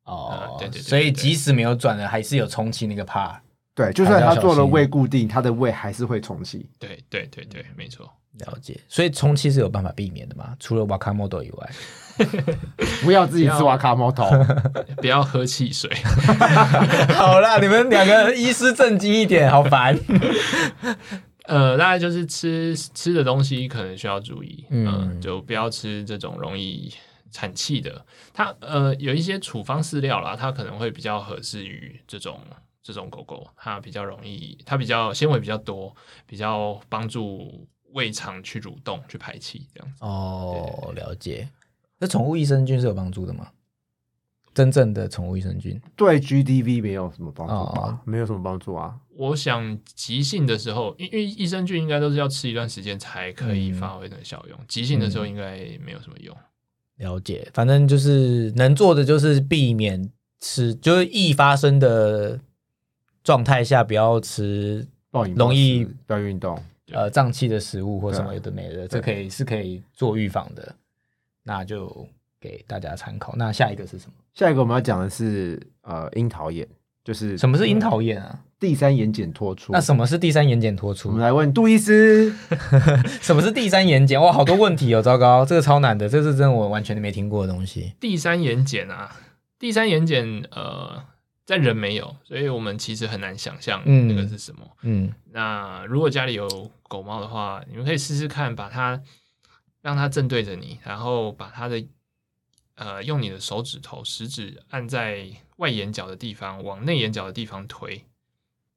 Speaker 1: 哦
Speaker 3: 啊，对对对对
Speaker 1: 所以即使没有转了，还是有重启那个 part。
Speaker 2: 对，就算
Speaker 1: 还是要
Speaker 2: 它
Speaker 1: 小
Speaker 2: 做了
Speaker 1: 心
Speaker 2: 胃固定，它的胃还是会充气。
Speaker 3: 对对对对，没错。
Speaker 1: 了解，所以重启是有办法避免的嘛？除了瓦卡莫多以外，
Speaker 2: 不要自己吃瓦卡猫头，
Speaker 3: 不要喝汽水。
Speaker 1: 好啦，你们两个医师正经一点，好 烦。
Speaker 3: 呃，大概就是吃吃的东西可能需要注意，
Speaker 1: 嗯
Speaker 3: 嗯、就不要吃这种容易产气的。它呃有一些处方饲料啦，它可能会比较合适于这种这种狗狗，它比较容易，它比较纤维比较多，比较帮助胃肠去蠕动去排气这样子。
Speaker 1: 哦，了解。那宠物益生菌是有帮助的吗？真正的宠物益生菌
Speaker 2: 对 GDV 没有什么帮助
Speaker 1: 哦
Speaker 2: 吧？没有什么帮助啊。
Speaker 3: 我想急性的时候，因因为益生菌应该都是要吃一段时间才可以发挥那个效用，急性的时候应该没有什么用。
Speaker 1: 了解，反正就是能做的就是避免吃，就是易发生的状态下不要吃
Speaker 2: 暴饮
Speaker 1: 容易
Speaker 2: 暴食不要运动，
Speaker 3: 对
Speaker 1: 呃胀气的食物或什么
Speaker 2: 对啊
Speaker 1: 有的没的，这可以是可以做预防的，那就给大家参考。那下一个是什么？
Speaker 2: 下一个我们要讲的是呃樱桃眼，就是
Speaker 1: 什么是樱桃眼啊？
Speaker 2: 第三眼睑脱出。
Speaker 1: 那什么是第三眼睑脱
Speaker 2: 我
Speaker 1: 出？
Speaker 2: 们来问杜医师，
Speaker 1: 什么是第三眼睑？哇，好多问题哦，糟糕，这个超难的，这是真的我完全没听过的东西。
Speaker 3: 第三眼睑啊，第三眼睑呃，在人没有，所以我们其实很难想象
Speaker 1: 嗯
Speaker 3: 那个是什么。
Speaker 1: 嗯，
Speaker 3: 那如果家里有狗猫的话，你们可以试试看，把它让它正对着你，然后把它的呃用你的手指头食指按在外眼角的地方，往内眼角的地方推，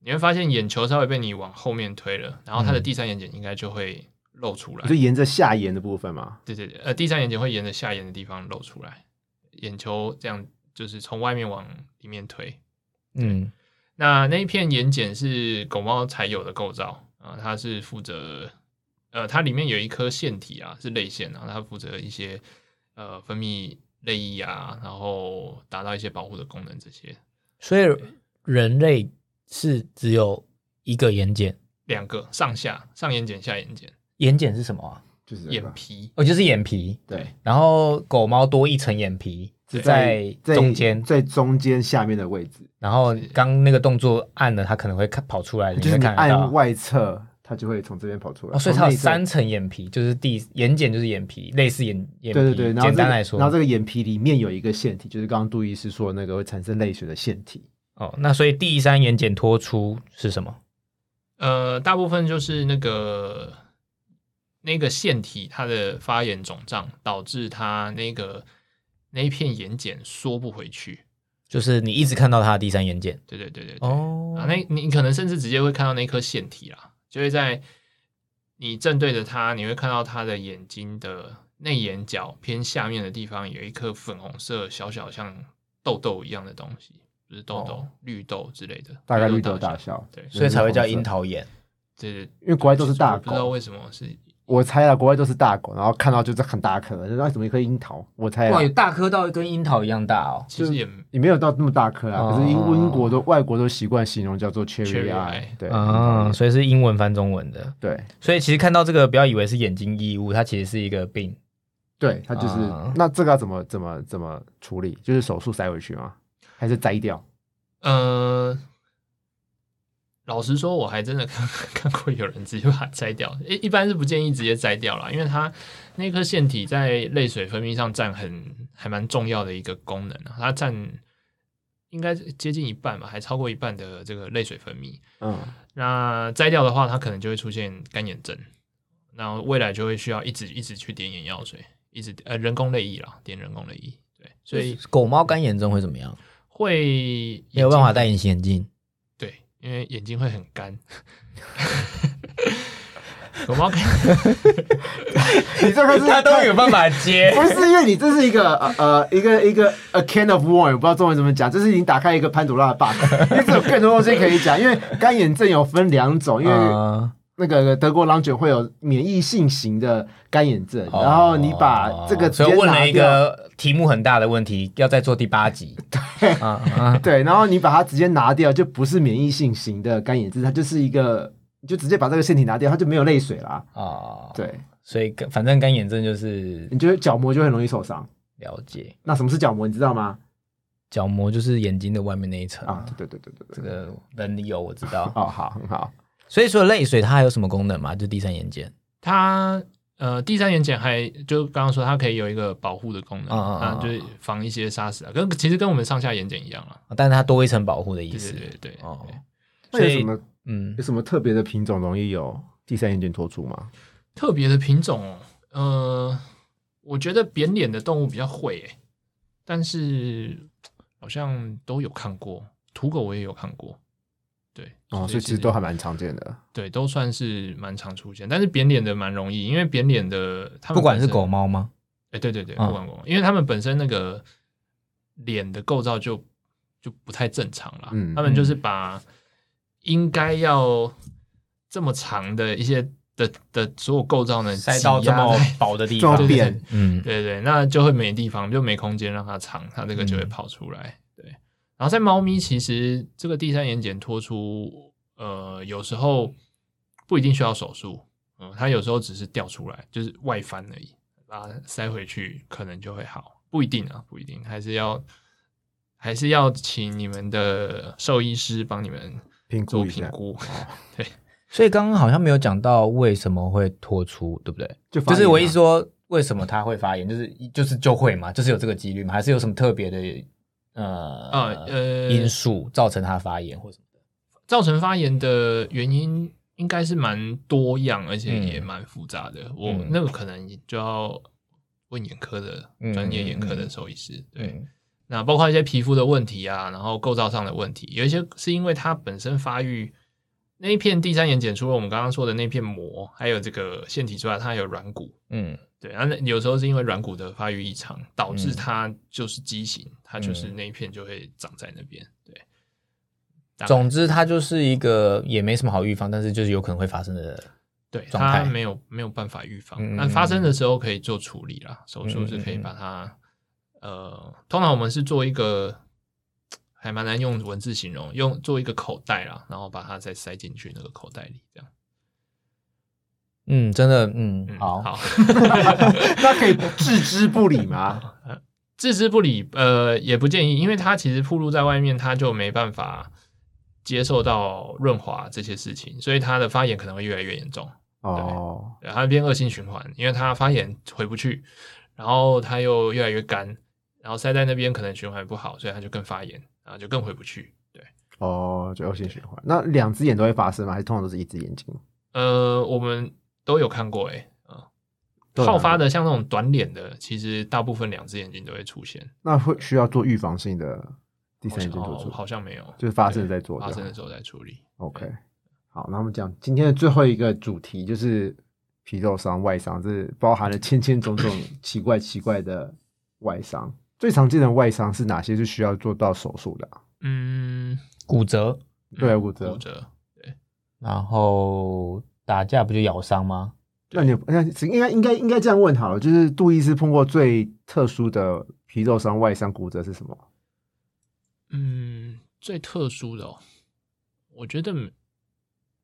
Speaker 3: 你会发现眼球稍微被你往后面推了，然后它的
Speaker 1: 嗯
Speaker 3: 第三眼睑应该就会露出来。
Speaker 2: 就沿着下眼的部分嘛，
Speaker 3: 对对对，呃，第三眼睑会沿着下眼的地方露出来，眼球这样就是从外面往里面推。
Speaker 1: 嗯
Speaker 3: 那那一片眼睑是狗猫才有的构造啊，它是负责呃，它里面有一颗腺体啊，是泪腺啊，它负责一些呃分泌泪液啊，然后达到一些保护的功能这些。
Speaker 1: 所以人类是只有一个眼睑，
Speaker 3: 两个上下上眼睑、下眼睑、
Speaker 1: 眼睑是什么啊？
Speaker 2: 就是
Speaker 3: 眼皮，
Speaker 1: 哦，就是眼皮，
Speaker 2: 对，
Speaker 1: 然后狗猫多一层眼皮
Speaker 2: 是
Speaker 1: 在中间，
Speaker 2: 最中间下面的位置，
Speaker 1: 然后刚那个动作按了，它可能会看跑出来，
Speaker 2: 就是
Speaker 1: 会
Speaker 2: 你
Speaker 1: 看得到
Speaker 2: 按。外侧，它就会从这边跑出来。
Speaker 1: 哦，所以它有
Speaker 2: 从内侧
Speaker 1: 三层眼皮，就是第眼睑就是眼皮，类似眼眼皮。
Speaker 2: 对对对，然后
Speaker 1: 简
Speaker 2: 这
Speaker 1: 单
Speaker 2: 个
Speaker 1: 来说，
Speaker 2: 然后这个眼皮里面有一个腺体，就是刚刚杜医师说的那个会产生泪水的腺体。
Speaker 1: 哦，那所以第三眼睑脱出是什么？
Speaker 3: 呃，大部分就是那个那个腺体它的发炎肿胀，导致它那个那一片眼睑缩不回去。
Speaker 1: 就是你一直看到它的第三眼睑。
Speaker 3: 对对对对对。
Speaker 1: 哦
Speaker 3: 啊，那你可能甚至直接会看到那颗腺体啦，就会在你正对着它，你会看到它的眼睛的内眼角偏下面的地方有一颗粉红色小小像痘痘一样的东西，不是痘痘，
Speaker 2: 哦
Speaker 3: 绿豆之类的，
Speaker 2: 大概绿
Speaker 3: 豆
Speaker 2: 豆大
Speaker 3: 小。
Speaker 2: 小，
Speaker 3: 对
Speaker 1: 所以才会叫樱。桃眼。
Speaker 3: 对对，
Speaker 2: 因为国外都是大
Speaker 3: 我不知道
Speaker 2: 狗，
Speaker 3: 为什么是
Speaker 2: 我猜啊，国外都是大狗，然后看到就是很大颗，那怎么一颗樱桃？我猜啊
Speaker 1: 哇，有大颗到跟樱桃一样大哦。
Speaker 3: 其实也
Speaker 2: 也没有到那么大颗啊，
Speaker 1: 哦
Speaker 2: 可是英英国都外国都习惯形容叫做 cherry
Speaker 3: Cherry
Speaker 2: eye，
Speaker 3: eye
Speaker 2: 对，嗯
Speaker 1: 啊，所以是英文翻中文的。
Speaker 2: 对
Speaker 1: 所以其实看到这个，不要以为是眼睛异物，它其实是一个病。
Speaker 2: 对，它就是
Speaker 1: 啊
Speaker 2: 那这个要怎么怎么怎么处理？就是手术塞回去吗？还是摘掉？
Speaker 3: 呃，老实说，我还真的看 看过有人直接把它摘掉，一一般是不建议直接摘掉啦，因为它那颗腺体在泪水分泌上占很还蛮重要的一个功能啊，它占应该接近一半吧，还超过一半的这个泪水分泌。
Speaker 2: 嗯，
Speaker 3: 那摘掉的话，它可能就会出现干眼症，那未来就会需要一直一直去点眼药水，一直呃人工泪液啦，点人工泪液，对，所以
Speaker 1: 狗猫干眼症会怎么样？
Speaker 3: 会
Speaker 1: 没有办法
Speaker 3: 眼睛
Speaker 1: 戴隐形眼镜。
Speaker 3: 对，因为眼睛会很干。 狗猫干，
Speaker 2: 你这 个是
Speaker 1: 他都有办法接
Speaker 2: 不是因为你这是一个呃呃一个一个 a can of worm，不知道中文怎么讲，这是已经打开一个潘多拉的 box，因为这有更多东西可以讲。因为干眼症有分两种， 因为
Speaker 1: 嗯
Speaker 2: 那个德国狼犬会有免疫性型的干眼症，
Speaker 1: 哦
Speaker 2: 然后你把这个直
Speaker 1: 所
Speaker 2: 接
Speaker 1: 以问
Speaker 2: 拿
Speaker 1: 了一
Speaker 2: 掉，
Speaker 1: 个题目很大的问题，要再做第八 集。对啊啊，
Speaker 2: 对，然后你把它直接拿掉，就不是免疫性型的干眼症，它就是一个，你就直接把这个腺体拿掉，它就没有泪水啦。
Speaker 1: 哦，
Speaker 2: 对，
Speaker 1: 所以干反正干眼症就是
Speaker 2: 你就是角膜就很容易受伤。
Speaker 1: 了解，
Speaker 2: 那什么是角膜，你知道吗？
Speaker 1: 角膜就是眼睛的外面那一层
Speaker 2: 啊
Speaker 1: 啊，。
Speaker 2: 对对对对对
Speaker 1: 这
Speaker 2: 对，
Speaker 1: 个人有我知道，
Speaker 2: 哦，好，很好。
Speaker 1: 所以说泪水它还有什么功能吗？就第三眼睑。
Speaker 3: 它呃第三眼睑还就刚刚说它可以有一个保护的功能，
Speaker 1: 嗯嗯嗯
Speaker 3: 啊，就是防一些杀死啊，跟其实跟我们上下眼睑一样啊。
Speaker 1: 哦但是它多一层保护的意
Speaker 3: 对
Speaker 1: 思
Speaker 3: 对。对对，
Speaker 1: 哦，
Speaker 2: 那有什么
Speaker 1: 嗯
Speaker 2: 有，什么特别的品种容易有第三眼睑脱出吗？
Speaker 3: 特别的品种哦，呃，我觉得扁脸的动物比较会诶、但是好像都有看过，土狗我也有看过，对，
Speaker 2: 哦，所以其实都还蛮常见的。
Speaker 3: 对，都算是蛮常出现，但是扁脸的蛮容易，因为扁脸的他们
Speaker 1: 不管
Speaker 3: 本
Speaker 1: 是
Speaker 3: 身
Speaker 1: 狗，猫吗？
Speaker 3: 哎、对对对，
Speaker 1: 嗯
Speaker 3: 不管狗，因为他们本身那个脸的构造就就不太正常了。
Speaker 2: 嗯
Speaker 3: 他们就是把应该要这么长的一些的的所有构造呢，
Speaker 1: 塞到这么
Speaker 3: 挤压在
Speaker 1: 薄的地
Speaker 2: 撞
Speaker 1: 方，
Speaker 3: 对对
Speaker 2: 扁，
Speaker 1: 嗯，
Speaker 3: 对对，那就会没地方，就没空间让它藏，它这个就会跑出来。对，然后在猫咪，其实这个第三眼睑脱出，呃，有时候不一定需要手术，嗯，它有时候只是掉出来，就是外翻而已，把它塞回去，可能就会好，不一定啊，不一定，还是要还是要请你们的兽医师帮你们
Speaker 2: 评
Speaker 3: 做
Speaker 2: 估一
Speaker 3: 评
Speaker 2: 下，
Speaker 3: 估。
Speaker 1: 所以刚刚好像没有讲到为什么会脱出，对不对？
Speaker 2: 就
Speaker 1: 就
Speaker 2: 发
Speaker 1: 是
Speaker 2: 炎
Speaker 1: 我意
Speaker 2: 啊
Speaker 1: 思说，为什么它会发炎？就是就是就会嘛，就是有这个几率嘛，还是有什么特别的
Speaker 3: 啊
Speaker 1: 呃
Speaker 3: 呃
Speaker 1: 因素造成它发炎或什么的？
Speaker 3: 造成发炎的原因应该是蛮多样，而且也蛮复杂的。我
Speaker 1: 嗯
Speaker 3: 那个可能就要问眼科的
Speaker 1: 嗯
Speaker 3: 专业眼科的兽医师。对，
Speaker 1: 嗯
Speaker 3: 那包括一些皮肤的问题啊，然后构造上的问题，有一些是因为它本身发育那一片第三眼睑，除了我们刚刚说的那片膜，还有这个腺体之外，它还有软骨。
Speaker 1: 嗯
Speaker 3: 对，然后那有时候是因为软骨的发育异常，导致
Speaker 1: 嗯
Speaker 3: 它就是畸形，它就是那一片就会长在那边。对，大概
Speaker 1: 总之它就是一个也没什么好预防，但是就是有可能会发生的。
Speaker 3: 对，
Speaker 1: 状态
Speaker 3: 它没有没有办法预防
Speaker 1: 嗯嗯，
Speaker 3: 那、发生的时候可以做处理啦，手术是可以
Speaker 1: 嗯嗯嗯嗯
Speaker 3: 把它，呃，通常我们是做一个，还蛮难用文字形容，用做一个口袋啦，然后把它再塞进去那个口袋里，这样。
Speaker 1: 嗯，真的，嗯，
Speaker 3: 嗯，
Speaker 1: 好，
Speaker 3: 好，
Speaker 2: 那可以置之不 理吗？
Speaker 3: 置之不理，呃，也不建议，因为它其实暴露在外面，它就没办法接受到润滑这些事情，所以它的发炎可能会越来越严重。
Speaker 2: 哦，
Speaker 3: 对，它会变恶性循环，因为它发炎回不去，然后它又越来越干，然后塞在那边可能循环不好，所以它就更发炎，然后就更回不去。对，
Speaker 2: 哦，就恶性循环。那两只眼都会发生吗？还是通常都是一只眼睛？
Speaker 3: 呃，我们都有看过、欸，诶，
Speaker 2: 都有看过
Speaker 3: 好发的像那种短脸的，其实大部分两只眼睛都会出现，
Speaker 2: 那会需要做预防性的第三
Speaker 3: 好
Speaker 2: 眼
Speaker 3: 像
Speaker 2: 睛做
Speaker 3: 哦
Speaker 2: 出，
Speaker 3: 好像没有，
Speaker 2: 就是发生了再做
Speaker 3: 对发
Speaker 2: 就好
Speaker 3: 生的时候再处理。
Speaker 2: OK，好，那我们讲今天的最后一个主题就是皮肉伤、外伤，这包含了千千种种奇怪奇怪的外伤。最常见的外伤是哪些是需要做到手术的啊、
Speaker 3: 嗯，
Speaker 1: 骨折，
Speaker 2: 对，啊
Speaker 3: 嗯
Speaker 2: 骨折
Speaker 3: 骨。折，
Speaker 1: 然后打架不就咬伤吗？
Speaker 2: 那你有那应该应该应该这样问好了，就是杜医师碰过最特殊的皮肉伤、外伤、骨折是什么？
Speaker 3: 嗯，最特殊的哦，我觉得没，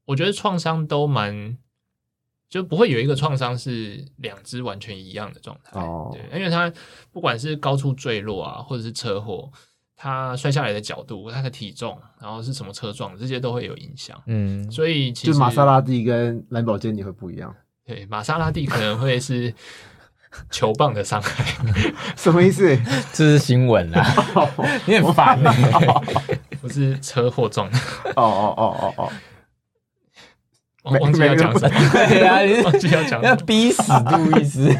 Speaker 3: 我觉得创伤都蛮，就不会有一个创伤是两只完全一样的状态。
Speaker 2: 哦
Speaker 3: 对，因为它不管是高处坠落啊，或者是车祸，它摔下来的角度、它的体重，然后是什么车撞，这些都会有影响。
Speaker 1: 嗯，
Speaker 3: 所以其
Speaker 2: 就
Speaker 3: 实
Speaker 2: 玛莎拉蒂跟兰博基尼会不一 样，
Speaker 3: 对玛莎拉蒂可能会是球棒的伤害。
Speaker 2: 什么意思？
Speaker 1: 这是新闻 啦，你很烦 欸。
Speaker 3: 不是车祸撞的，
Speaker 2: 哦哦哦哦哦，
Speaker 3: 忘忘记
Speaker 2: 每
Speaker 3: 要
Speaker 2: 每个
Speaker 3: 讲什么，
Speaker 1: 对啊你
Speaker 3: 忘记要讲什
Speaker 1: 要
Speaker 3: 么，
Speaker 1: 逼死杜医师。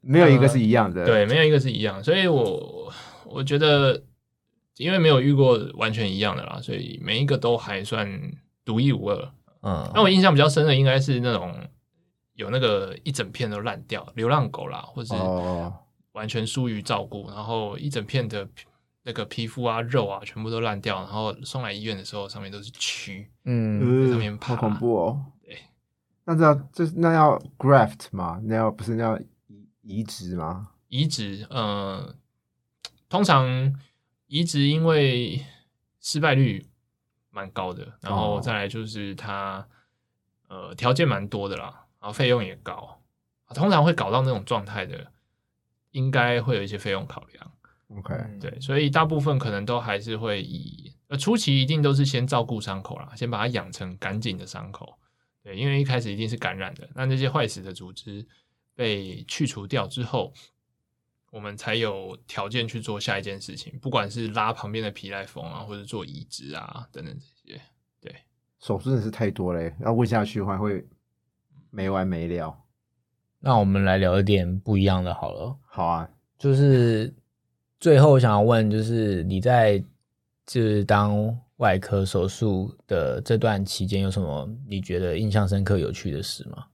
Speaker 2: 没有一个是一样的。，
Speaker 3: 对，没有一个是一样，所以我我觉得，因为没有遇过完全一样的啦，所以每一个都还算独一无二。
Speaker 1: 嗯
Speaker 3: 那我印象比较深的应该是那种有那个一整片都烂掉，流浪狗啦，或是
Speaker 2: 哦，
Speaker 3: 完全疏于照顾，然后一整片的皮那个皮肤啊、肉啊全部都烂掉，然后送来医院的时候上面都是蛆。
Speaker 1: 嗯，
Speaker 3: 在
Speaker 2: 嗯，
Speaker 3: 上面爬
Speaker 2: 好恐怖哦。
Speaker 3: 对，
Speaker 2: 那这要就是那要 graft 吗？那要不是那要移移植吗？
Speaker 3: 移植，呃，通常移植因为失败率蛮高的，然后
Speaker 2: 哦
Speaker 3: 再来就是它呃条件蛮多的啦，然后费用也高，通常会搞到那种状态的，应该会有一些费用考量，
Speaker 2: OK，
Speaker 3: 对，所以大部分可能都还是会以呃初期一定都是先照顾伤口啦，先把它养成干净的伤口，对，因为一开始一定是感染的，那这些坏死的组织被去除掉之后，我们才有条件去做下一件事情，不管是拉旁边的皮带缝啊，或者做移植啊等等这些。
Speaker 2: 手术真的是太多嘞，要问下去的话会没完没了。
Speaker 1: 那我们来聊一点不一样的好了，
Speaker 2: 好 啊，
Speaker 1: 就是最后想要问，就是你在就是当外科手术的这段期间，有什么你觉得印象深刻、有趣的事吗？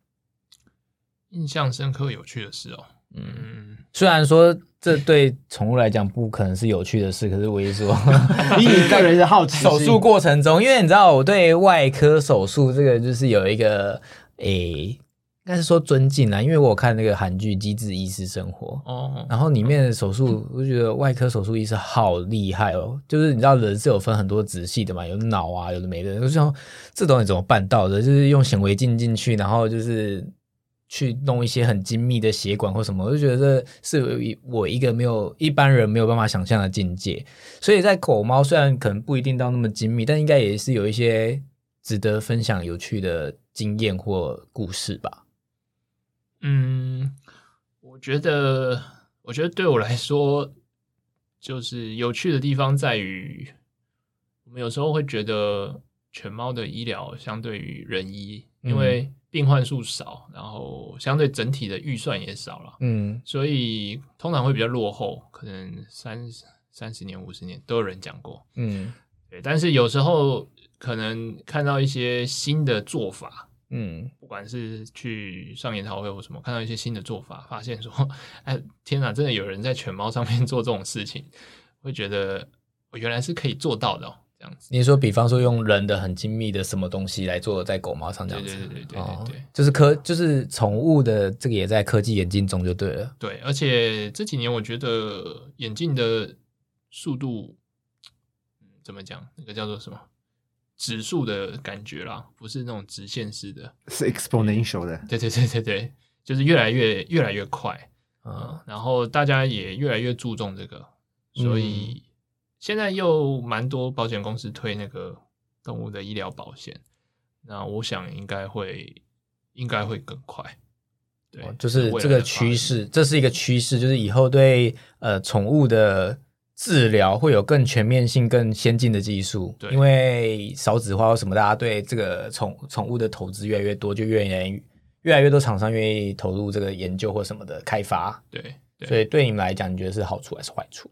Speaker 3: 印象深刻、有趣的事哦，
Speaker 1: 嗯，
Speaker 3: 嗯，
Speaker 1: 虽然说这对宠物来讲不可能是有趣的事，可是我一说
Speaker 2: 以你个人的好奇心
Speaker 1: 手术过程中，因为你知道我对外科手术这个就是有一个诶、应该是说尊敬啦，因为我有看那个韩剧《机智医师生活》，
Speaker 3: 哦，
Speaker 1: 然后里面的手术，我就觉得外科手术医师好厉害哦。就是你知道人是有分很多直系的嘛，有脑啊，有的没的。我就想这东西怎么办到的？就是用显微镜进去，然后就是去弄一些很精密的血管或什么。我就觉得这是我一个没有一般人没有办法想象的境界。所以在狗猫虽然可能不一定到那么精密，但应该也是有一些值得分享有趣的经验或故事吧。
Speaker 3: 嗯，我觉得，我觉得对我来说，就是有趣的地方在于，我们有时候会觉得犬猫的医疗相对于人医，
Speaker 1: 嗯
Speaker 3: 因为病患数少，然后相对整体的预算也少了，
Speaker 1: 嗯
Speaker 3: 所以通常会比较落后，可能三三十年、五十年都有人讲过。
Speaker 1: 嗯
Speaker 3: 对，但是有时候可能看到一些新的做法，
Speaker 1: 嗯
Speaker 3: 不管是去上研讨会或什么，看到一些新的做法，发现说，哎，天哪，真的有人在犬猫上面 做这种事情，会觉得我原来是可以做到的、哦，这样子。
Speaker 1: 你说，比方说用人的很精密的什么东西来做在狗猫上这样子，
Speaker 3: 对对对对对
Speaker 1: 哦
Speaker 3: 对对
Speaker 1: 就是科就是宠物的这个也在科技演进中就对了，
Speaker 3: 对，而且这几年我觉得眼镜的速度，嗯，怎么讲？那个叫做什么？指数的感觉啦，不是那种直线式的。
Speaker 2: 是 exponential 的，
Speaker 3: 对对对对对，就是越来越越来越快。
Speaker 1: 嗯
Speaker 3: 嗯，然后大家也越来越注重这个，所以
Speaker 1: 嗯
Speaker 3: 现在又蛮多保险公司推那个动物的医疗保险，那我想应该会应该会更快，对
Speaker 1: 哦，就是
Speaker 3: 未来
Speaker 1: 这
Speaker 3: 的
Speaker 1: 个
Speaker 3: 发
Speaker 1: 趋
Speaker 3: 展，
Speaker 1: 势，这是一个趋势，就是以后对呃宠物的治疗会有更全面性、更先进的技术，
Speaker 3: 对
Speaker 1: 因为少子化或什么，大家对这个宠宠物的投资越来越多，就越来越越来越多厂商愿意投入这个研究或什么的开发，
Speaker 3: 对
Speaker 1: 所
Speaker 3: 对，
Speaker 1: 以对你们来讲，你觉得是好处还是坏处？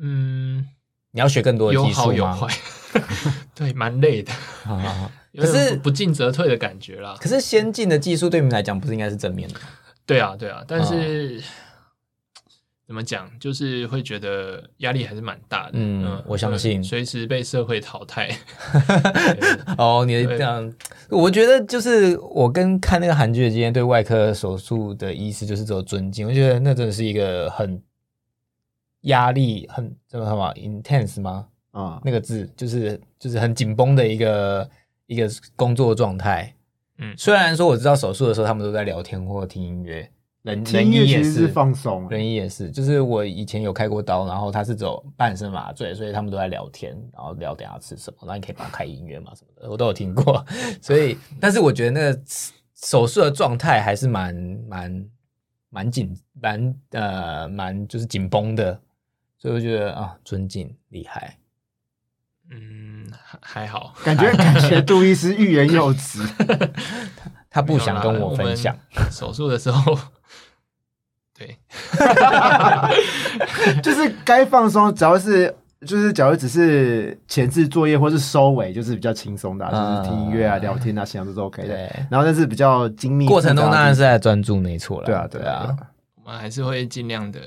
Speaker 3: 嗯，
Speaker 1: 你要学更多的
Speaker 3: 有
Speaker 1: 技术
Speaker 3: 好有
Speaker 1: 吗？
Speaker 3: 坏， 对，蛮累的，
Speaker 1: 好好好
Speaker 3: 有
Speaker 1: 可
Speaker 3: 点
Speaker 1: 是
Speaker 3: 不进则退的感觉啦。
Speaker 1: 可是先进的技术对你们来讲不是应该是正面的吗？
Speaker 3: 对啊，对啊，
Speaker 1: 嗯
Speaker 3: 但是、怎么讲，就是会觉得压力还是蛮大的。
Speaker 1: 嗯我相信
Speaker 3: 呃随时被社会淘 汰。
Speaker 1: 哦，你这
Speaker 3: 对
Speaker 1: 样，我觉得就是我跟看那个韩剧的经验，对外科手术的医师就是只有尊敬，我觉得那真的是一个很压力很怎么什么 intense 吗？
Speaker 2: 啊、
Speaker 1: 那个字就是就是很紧绷的一个一个工作状态。
Speaker 3: 嗯
Speaker 1: 虽然说我知道手术的时候他们都在聊天或听音乐，人
Speaker 2: 听音乐
Speaker 1: 人医也
Speaker 2: 其实
Speaker 1: 是
Speaker 2: 是放松，
Speaker 1: 人医也是，就是我以前有开过刀，然后他是走半身麻醉，所以他们都在聊天，然后聊等下吃什么，那你可以帮他开音乐嘛什么的，我都有听过。 所以，但是我觉得那个手术的状态还是蛮蛮蛮紧蛮呃蛮就是紧绷的，所以我觉得啊，尊敬厉害。
Speaker 3: 嗯，还还好，
Speaker 2: 感觉感觉杜医师欲言又止，
Speaker 1: 他不想
Speaker 3: 没有
Speaker 1: 跟
Speaker 3: 啦
Speaker 1: 我分享，。
Speaker 3: 们手术的时候，对，
Speaker 2: 就是该放松，只要是就是假如只是前置作业或是收尾，就是比较轻松的啊、
Speaker 1: 嗯
Speaker 2: 就是听音乐啊、聊天啊、欣赏都是 OK 的。
Speaker 1: 对，
Speaker 2: 然后但是比较精密
Speaker 1: 过程中
Speaker 2: 复
Speaker 1: 当
Speaker 2: 杂的
Speaker 1: 然是在专注，没错了。
Speaker 2: 对啊对
Speaker 1: 对
Speaker 2: 啊
Speaker 1: 啊
Speaker 2: 对，
Speaker 3: 我们还是会尽量的。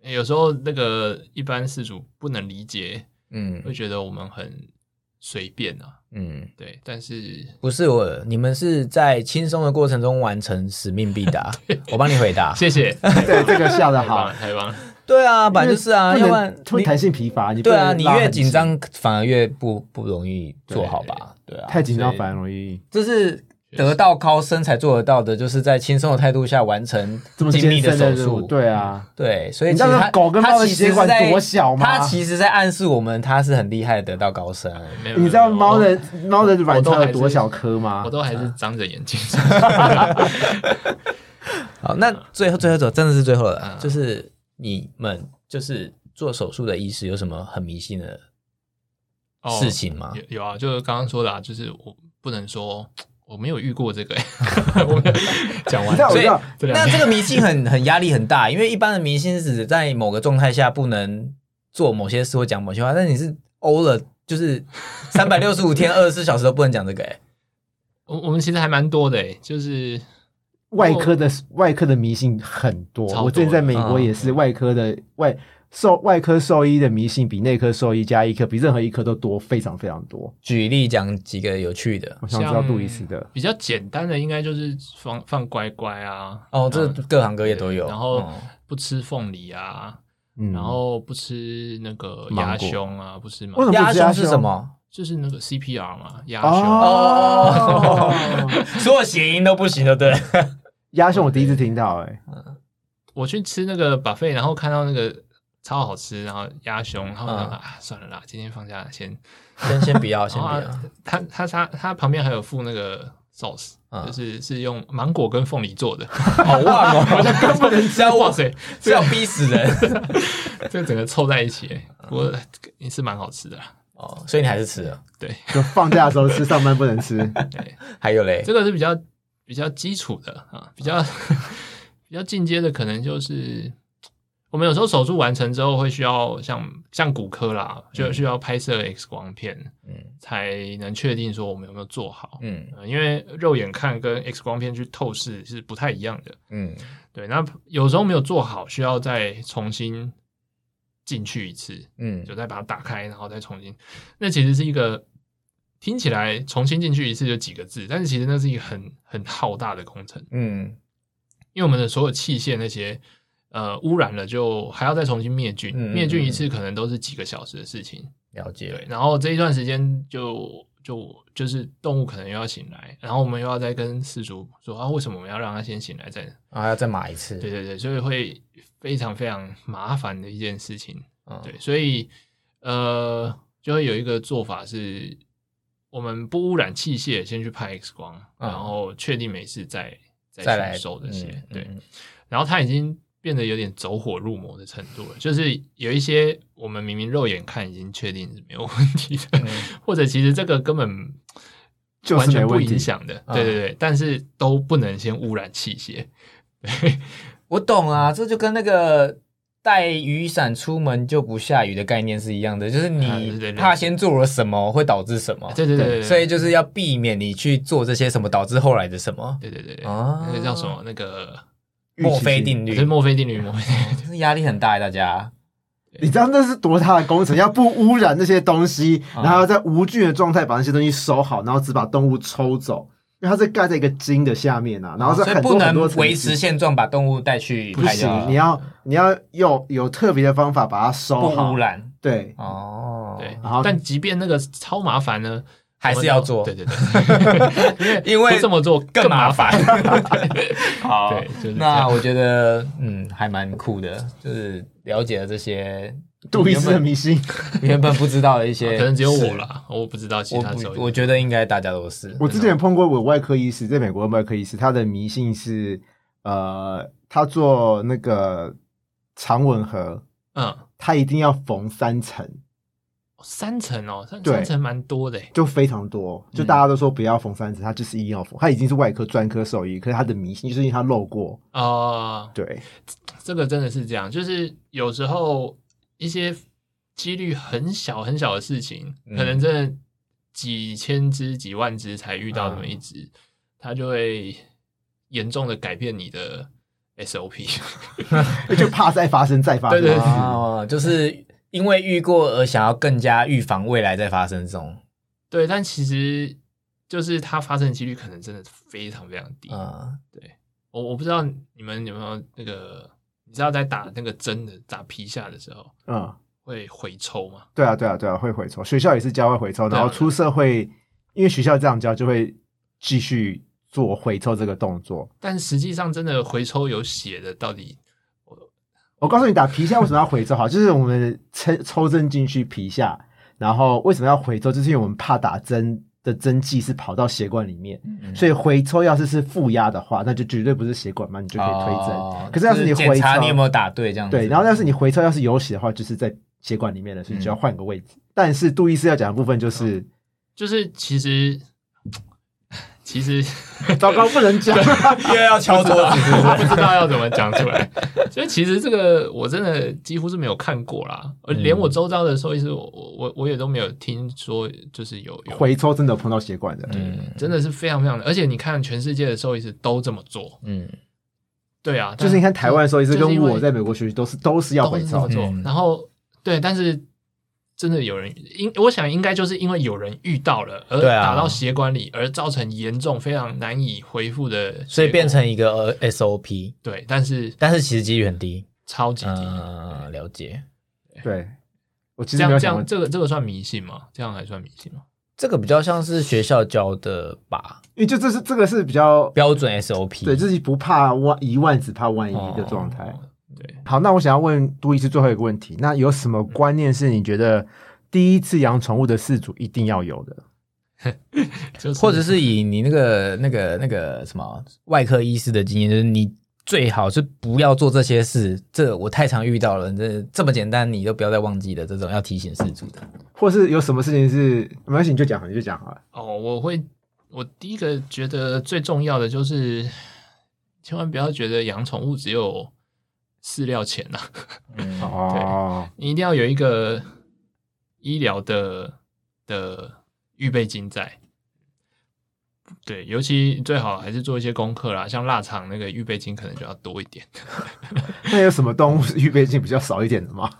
Speaker 3: 有时候那个一般事主不能理解，
Speaker 1: 嗯
Speaker 3: 会觉得我们很随便啊。
Speaker 1: 嗯。
Speaker 3: 对，但是
Speaker 1: 不是我，你们是在轻松的过程中完成使命必 达。我帮你回答。
Speaker 3: 谢谢，
Speaker 2: 对这个笑的
Speaker 3: 太棒
Speaker 2: 好
Speaker 3: 了，，太棒了。
Speaker 1: 对啊，本来就是啊，
Speaker 2: 因
Speaker 1: 要
Speaker 2: 为
Speaker 1: 啊 不然
Speaker 2: 不能会
Speaker 1: 你
Speaker 2: 弹性疲乏，你不
Speaker 1: 对啊，
Speaker 2: 能
Speaker 1: 你
Speaker 2: 拉
Speaker 1: 越
Speaker 2: 很
Speaker 1: 紧
Speaker 2: 紧，
Speaker 1: 张反而越不不容易做好吧？对啊，
Speaker 2: 太紧张
Speaker 1: 所以
Speaker 2: 反而容易
Speaker 1: 这是得道高僧才做得到的，就是在轻松的态度下完成
Speaker 2: 这么
Speaker 1: 精密
Speaker 2: 艰
Speaker 1: 的
Speaker 2: 深
Speaker 1: 手
Speaker 2: 任务。
Speaker 1: 术。
Speaker 2: 对啊，
Speaker 1: 对，所以
Speaker 2: 你
Speaker 1: 其
Speaker 2: 知
Speaker 1: 实
Speaker 2: 道
Speaker 1: 他
Speaker 2: 狗跟猫
Speaker 1: 他
Speaker 2: 的
Speaker 1: 其实
Speaker 2: 血管
Speaker 1: 在
Speaker 2: 多小吗
Speaker 1: 他其实在暗示我们他是很厉害的得道高僧。
Speaker 3: 没有
Speaker 2: 你知道
Speaker 3: 没有
Speaker 2: 猫的猫的
Speaker 3: 我
Speaker 2: 卵
Speaker 3: 都
Speaker 2: 巢
Speaker 3: 还
Speaker 2: 有
Speaker 3: 是
Speaker 2: 多小颗吗
Speaker 3: 我？都还是
Speaker 1: 啊
Speaker 3: 张 着眼睛。
Speaker 1: 好，那最后最后走，真的是最后了啊，
Speaker 3: 嗯
Speaker 1: 就是你们就是做手术的医师有什么很迷信的
Speaker 3: 哦
Speaker 1: 事情吗？
Speaker 3: 有有啊，就是刚刚说的啊，就是我不能说我没有遇 过这个、欸，我没有讲
Speaker 2: 啊你
Speaker 3: 完
Speaker 2: 知道我
Speaker 1: 所
Speaker 2: 知
Speaker 1: 以
Speaker 2: 道，
Speaker 3: 这两
Speaker 1: 那
Speaker 3: 天
Speaker 1: 这个迷信很很压力很大，因为一般的迷信是指在某个状态下不能做某些事或讲某些话，但你是欧了，就是三百六十五天、二十四小时都不能讲这个、欸，
Speaker 3: 我我们其实还蛮多的、欸，就是
Speaker 2: 外科
Speaker 1: 哦
Speaker 2: 的外科的迷信很多，
Speaker 3: 超多
Speaker 2: 我之前在美国也是
Speaker 1: 嗯
Speaker 2: 外科的外兽外科兽医的迷信比内科兽医加医科比任何一科都多，非常非常多。
Speaker 1: 举例讲几个有趣的
Speaker 2: 我想知道杜伊斯的，
Speaker 3: 比较简单的应该就是放放乖乖啊，
Speaker 1: 哦，这
Speaker 3: 嗯
Speaker 1: 各行各业都有。
Speaker 3: 然后
Speaker 1: 嗯
Speaker 3: 不吃凤梨啊，
Speaker 2: 嗯，
Speaker 3: 然后不吃那个鸭胸啊，不吃芒
Speaker 2: 为什
Speaker 3: 果
Speaker 1: 鸭
Speaker 2: 么，
Speaker 1: 胸是什么？
Speaker 3: 就是那个 CPR 嘛，鸭胸。
Speaker 2: 哦，
Speaker 1: 所有谐音都不行的， 对了。
Speaker 2: 鸭胸我第一次听到，哎，
Speaker 3: 我去吃那个 buffet，然后看到那个超好吃，然后鸭胸，然后我想说
Speaker 1: 嗯
Speaker 3: 啊，算了啦，今天放假先。
Speaker 1: 先先不要，先
Speaker 3: 然后
Speaker 1: 不
Speaker 3: 啊
Speaker 1: 要。
Speaker 3: 它它它它旁边还有附那个 sauce，
Speaker 1: 嗯
Speaker 3: 就是是用芒果跟凤梨做的。
Speaker 1: 好旺哦，那根本是要
Speaker 3: 哇
Speaker 1: 旺，
Speaker 3: 塞，
Speaker 1: 是要逼死 人
Speaker 3: 这整个凑在一起，欸
Speaker 1: 嗯
Speaker 3: 不过也是蛮好吃的啦。
Speaker 1: 哦。所以你还是吃了。
Speaker 3: 对，
Speaker 2: 就放假的时候吃，上班不能吃。
Speaker 1: 还有嘞，
Speaker 3: 这个是比较比较基础的啊，比较
Speaker 1: 嗯
Speaker 3: 比较进阶的，可能就是我们有时候手术完成之后会需要像像骨科啦，就需要拍摄 X 光片
Speaker 1: 嗯
Speaker 3: 才能确定说我们有没有做好。
Speaker 1: 嗯
Speaker 3: 呃因为肉眼看跟 X 光片去透视是不太一样的，
Speaker 1: 嗯
Speaker 3: 对。那有时候没有做好，需要再重新进去一次，
Speaker 1: 嗯
Speaker 3: 就再把它打开，然后再重新。那其实是一个听起来重新进去一次就几个字，但是其实那是一个很很浩大的工程，
Speaker 1: 嗯
Speaker 3: 因为我们的所有器械那些呃污染了就还要再重新灭菌，
Speaker 1: 嗯嗯
Speaker 3: 灭菌一次可能都是几个小时的事情。
Speaker 1: 了解
Speaker 3: 对，。然后这一段时间就就就是动物可能又要醒来，然后我们又要再跟饲主说啊，为什么我们要让它先醒来再？
Speaker 1: 然后啊要再码一次。
Speaker 3: 对对对，所以会非常非常麻烦的一件事情。
Speaker 1: 嗯，
Speaker 3: 对，所以呃，就会有一个做法是，我们不污染器械，先去拍 X 光，
Speaker 1: 嗯
Speaker 3: 然后确定没事再
Speaker 1: 再
Speaker 3: 再
Speaker 1: 来
Speaker 3: 去收这些。
Speaker 1: 嗯
Speaker 3: 对，
Speaker 1: 嗯
Speaker 3: 然后它已经变得有点走火入魔的程度了，就是有一些我们明明肉眼看已经确定是没有问题的，
Speaker 1: 嗯
Speaker 3: 或者其实这个根本
Speaker 2: 就是
Speaker 3: 完全
Speaker 2: 没
Speaker 3: 不
Speaker 2: 问题
Speaker 3: 影响的。
Speaker 1: 嗯
Speaker 3: 对对对，但是都不能先污染器械。对，
Speaker 1: 我懂啊，这就跟那个。带雨伞出门就不下雨的概念是一样的，就是
Speaker 3: 啊对对
Speaker 1: 你
Speaker 3: 对
Speaker 1: 怕先做了什么会导致什么，
Speaker 3: 对对对
Speaker 2: 对
Speaker 3: 对，
Speaker 1: 哦所以就是要避免你去做这些什么导致后来的什么
Speaker 3: 对对对对，
Speaker 1: 啊
Speaker 3: 那个叫什么？那个
Speaker 2: 预期
Speaker 1: 墨菲
Speaker 2: 性
Speaker 1: 定律
Speaker 3: 是，墨菲定律，墨菲定律。
Speaker 1: 这压力很大，大家。
Speaker 2: 你知道那是多大的工程？要不污染那些东西，
Speaker 1: 嗯
Speaker 2: 然后在无菌的状态把那些东西收好，然后只把动物抽走，因为它是盖在一个金的下面啊，然后是
Speaker 1: 所以
Speaker 2: 很
Speaker 1: 不
Speaker 2: 多很
Speaker 1: 能
Speaker 2: 多层
Speaker 1: 维持
Speaker 2: 级
Speaker 1: 现状，把动物带去
Speaker 2: 不
Speaker 1: 拍掉
Speaker 2: 行，你要你要用有特别的方法把它收
Speaker 1: 不
Speaker 2: 好，
Speaker 1: 污染
Speaker 2: 对，
Speaker 1: 哦。
Speaker 3: 对
Speaker 2: 然后，
Speaker 3: 但即便那个超麻烦呢，
Speaker 1: 还是要做
Speaker 3: 我们对对对，
Speaker 1: 因为
Speaker 3: 不这么做
Speaker 1: 更麻
Speaker 3: 麻
Speaker 1: 烦。 好
Speaker 3: 对，就是这
Speaker 1: 那
Speaker 3: 样
Speaker 1: 我觉得嗯还蛮酷的，就是了解了这些
Speaker 2: 杜伊斯的迷信，
Speaker 1: 原本不知道的一 些，
Speaker 3: 可能只有我。啦，我不知道其
Speaker 1: 我
Speaker 3: 他兽
Speaker 1: 不，
Speaker 3: 医
Speaker 1: 我。觉得应该大家都是。
Speaker 2: 我之前碰过我外科医师，在美国的外科医师，他的迷信是呃，他做那个肠吻合，
Speaker 3: 嗯，
Speaker 2: 他一定要缝三层。
Speaker 3: 三层哦，三
Speaker 2: 对
Speaker 3: 三层蛮多的欸，
Speaker 2: 就非常多，
Speaker 1: 嗯
Speaker 2: 就大家都说不要缝三层，他就是一定要缝。他已经是外科专科兽医，可是他的迷信就是因为他漏过。
Speaker 3: 啊，
Speaker 2: 对，
Speaker 3: 这个真的是这样，就是有时候一些几率很小很小的事情，
Speaker 1: 嗯
Speaker 3: 可能真的几千只、几万只才遇到那么一只，它就会严重的改变你的 SOP。
Speaker 2: 就怕再发生再发生。
Speaker 3: 对对对
Speaker 1: 啊，就是因为遇过而想要更加预防未来再发生这种
Speaker 3: 对，但其实就是它发生的几率可能真的非常非常低。
Speaker 1: 啊
Speaker 3: 我我不知道你们有没有那个，你知道在打那个针的打皮下的时候
Speaker 2: 嗯，
Speaker 3: 会回抽吗？
Speaker 2: 对啊，对啊，对啊，会回抽。学校也是教会回抽，
Speaker 3: 对啊
Speaker 2: 然后出社会，因为学校这样教，就会继续做回抽这个动作。
Speaker 3: 但实际上真的回抽有血的，到底
Speaker 2: 我告诉你，打皮下为什么要回抽？好，就是我们抽抽针进去皮下，然后为什么要回抽？就是因为我们怕打针的针剂是跑到血管里面，
Speaker 1: 嗯
Speaker 2: 所以回抽要是是负压的话，那就绝对不是血管嘛，你就可以推针。
Speaker 1: 哦
Speaker 2: 可是要是你
Speaker 1: 就检
Speaker 2: 回
Speaker 1: 查
Speaker 2: 抽，
Speaker 1: 你有没有打对这样子，
Speaker 2: 对，然后要是你回抽要是有血的话，就是在血管里面了，所以
Speaker 1: 嗯
Speaker 2: 就要换个位
Speaker 1: 哦
Speaker 2: 置。但是杜医师要讲的部分就是，
Speaker 3: 就是其实其其实
Speaker 2: 糟糕，不 能讲。
Speaker 1: 又要敲桌子，
Speaker 3: 我不知道要怎么讲出来。所以其实这个我真的几乎是没有看过啦，而连
Speaker 2: 嗯
Speaker 3: 我周遭的兽医师，我我我也都没有听说，就是有有
Speaker 2: 回抽真的有碰到血管的，
Speaker 1: 嗯
Speaker 3: 真的是非常非常的，而且你看全世界的兽医师都这么做，
Speaker 1: 嗯，
Speaker 3: 对啊，
Speaker 2: 就是你看台湾的兽医师
Speaker 3: 就是
Speaker 2: 跟
Speaker 3: 因为
Speaker 2: 我在美国学习都是都是要
Speaker 3: 都
Speaker 2: 回
Speaker 3: 是这么
Speaker 2: 抽，
Speaker 3: 做
Speaker 1: 嗯，
Speaker 3: 然后对，但是真的有人应，我想应该就是因为有人遇到了，而
Speaker 1: 对啊
Speaker 3: 打到血管里，而造成严重、非常难以恢复的结果，
Speaker 1: 所以变成一个呃 SOP，
Speaker 3: 对，但是
Speaker 1: 但是其实几率很低。
Speaker 3: 超级低。
Speaker 1: 嗯，了解。
Speaker 2: 对。我其
Speaker 3: 这
Speaker 2: 实没有
Speaker 3: 样这
Speaker 2: 想过
Speaker 3: 样，，这个这个算迷信吗？这样还算迷信吗？
Speaker 1: 这个比较像是学校教的吧，
Speaker 2: 因为就这是这个是比较
Speaker 1: 标准 SOP。
Speaker 2: 对，就是不怕万一万，只怕万一的状态。
Speaker 3: 嗯哦对，
Speaker 2: 好，那我想要问杜医师最后一个问题，那有什么观念是你觉得第一次养宠物的饲主一定要有的？
Speaker 3: 就是
Speaker 1: 或者是以你那个那个那个什么外科医师的经验，就是你最好是不要做这些事，这我太常遇到了，这这么简单你都不要再忘记了，这种要提醒事主的。
Speaker 2: 或是有什么事情是没关系，你就讲好，你就讲好了。
Speaker 3: 哦，我会，我第一个觉得最重要的就是，千万不要觉得养宠物只有饲料钱呐、
Speaker 1: 嗯，
Speaker 2: 哦，
Speaker 3: 你一定要有一个医疗的的预备金在。对，尤其最好还是做一些功课啦，像腊肠那个预备金可能就要多一点。
Speaker 2: 那有什么动物是预备性比较少一点的吗？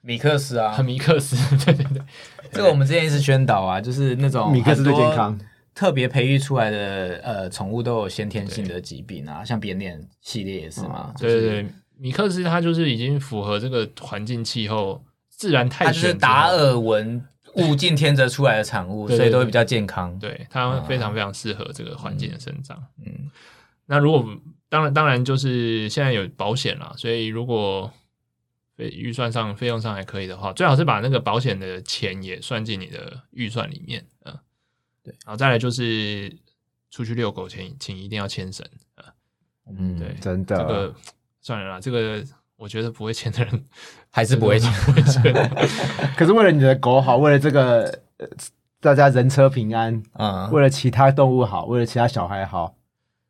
Speaker 1: 米克斯啊
Speaker 3: 啊，，米克斯，对对对，
Speaker 1: 这个我们之前一直宣导啊，就是那
Speaker 3: 哦
Speaker 1: 种
Speaker 2: 米克斯对健康，
Speaker 1: 特别培育出来的呃宠物都有先天性的疾病啊，像扁脸系列也是嘛，
Speaker 2: 嗯
Speaker 1: 就是
Speaker 3: 对对对，米克斯它就是已经符合这个环境气候、自然
Speaker 1: 它
Speaker 3: 态
Speaker 1: 就
Speaker 3: 选之
Speaker 1: 是
Speaker 3: 后，
Speaker 1: 达尔文物竞天择出来的产物，
Speaker 3: 对对
Speaker 1: 所以都会
Speaker 3: 对
Speaker 1: 比较健康。
Speaker 3: 对，它非常非常适合这个环境的生长。
Speaker 1: 啊嗯，
Speaker 3: 那如果当然当然就是现在有保险啦，所以如果费预算上费用上还可以的话，最好是把那个保险的钱也算进你的预算里面。嗯，
Speaker 1: 对，
Speaker 3: 然后再来就是出去遛狗前，请一定要牵绳。
Speaker 1: 嗯，
Speaker 3: 对，
Speaker 2: 真的
Speaker 3: 这个算了啦，这个我觉得不会牵的人
Speaker 1: 还是不会讲。
Speaker 3: 不 会牵。
Speaker 2: 可是为了你的狗好，为了这个、呃、大家人车平安，
Speaker 1: 嗯，
Speaker 2: 为了其他动物好，为了其他小孩好，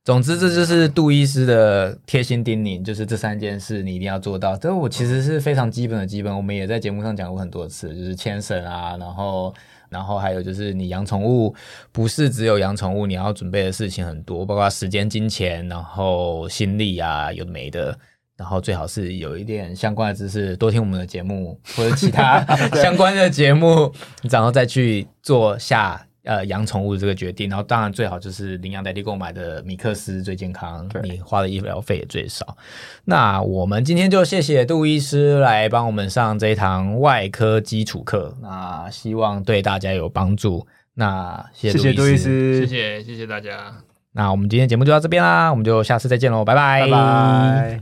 Speaker 1: 总之，这就是杜医师的贴心叮咛，就是这三件事你一定要做到。这我其实是非常基本的基本，我们也在节目上讲过很多次，就是牵绳啊，然后，然后还有就是你养宠物，不是只有养宠物，你要准备的事情很多，包括时间、金钱，然后心力啊，有的没的。然后最好是有一点相关的知识，多听我们的节目或者其他相关的节目，然后再去做下呃养宠物这个决定。然后当然最好就是领养代替购买的米克斯最健康，
Speaker 2: 对
Speaker 1: 你花的医疗费也最少。那我们今天就谢谢杜医师来帮我们上这一堂外科基础课，那希望对大家有帮助。那谢
Speaker 2: 谢
Speaker 1: 谢
Speaker 2: 谢杜医师，
Speaker 3: 谢谢谢谢大家。
Speaker 1: 那我们今天节目就到这边啦，我们就下次再见喽，拜拜，
Speaker 2: 拜拜。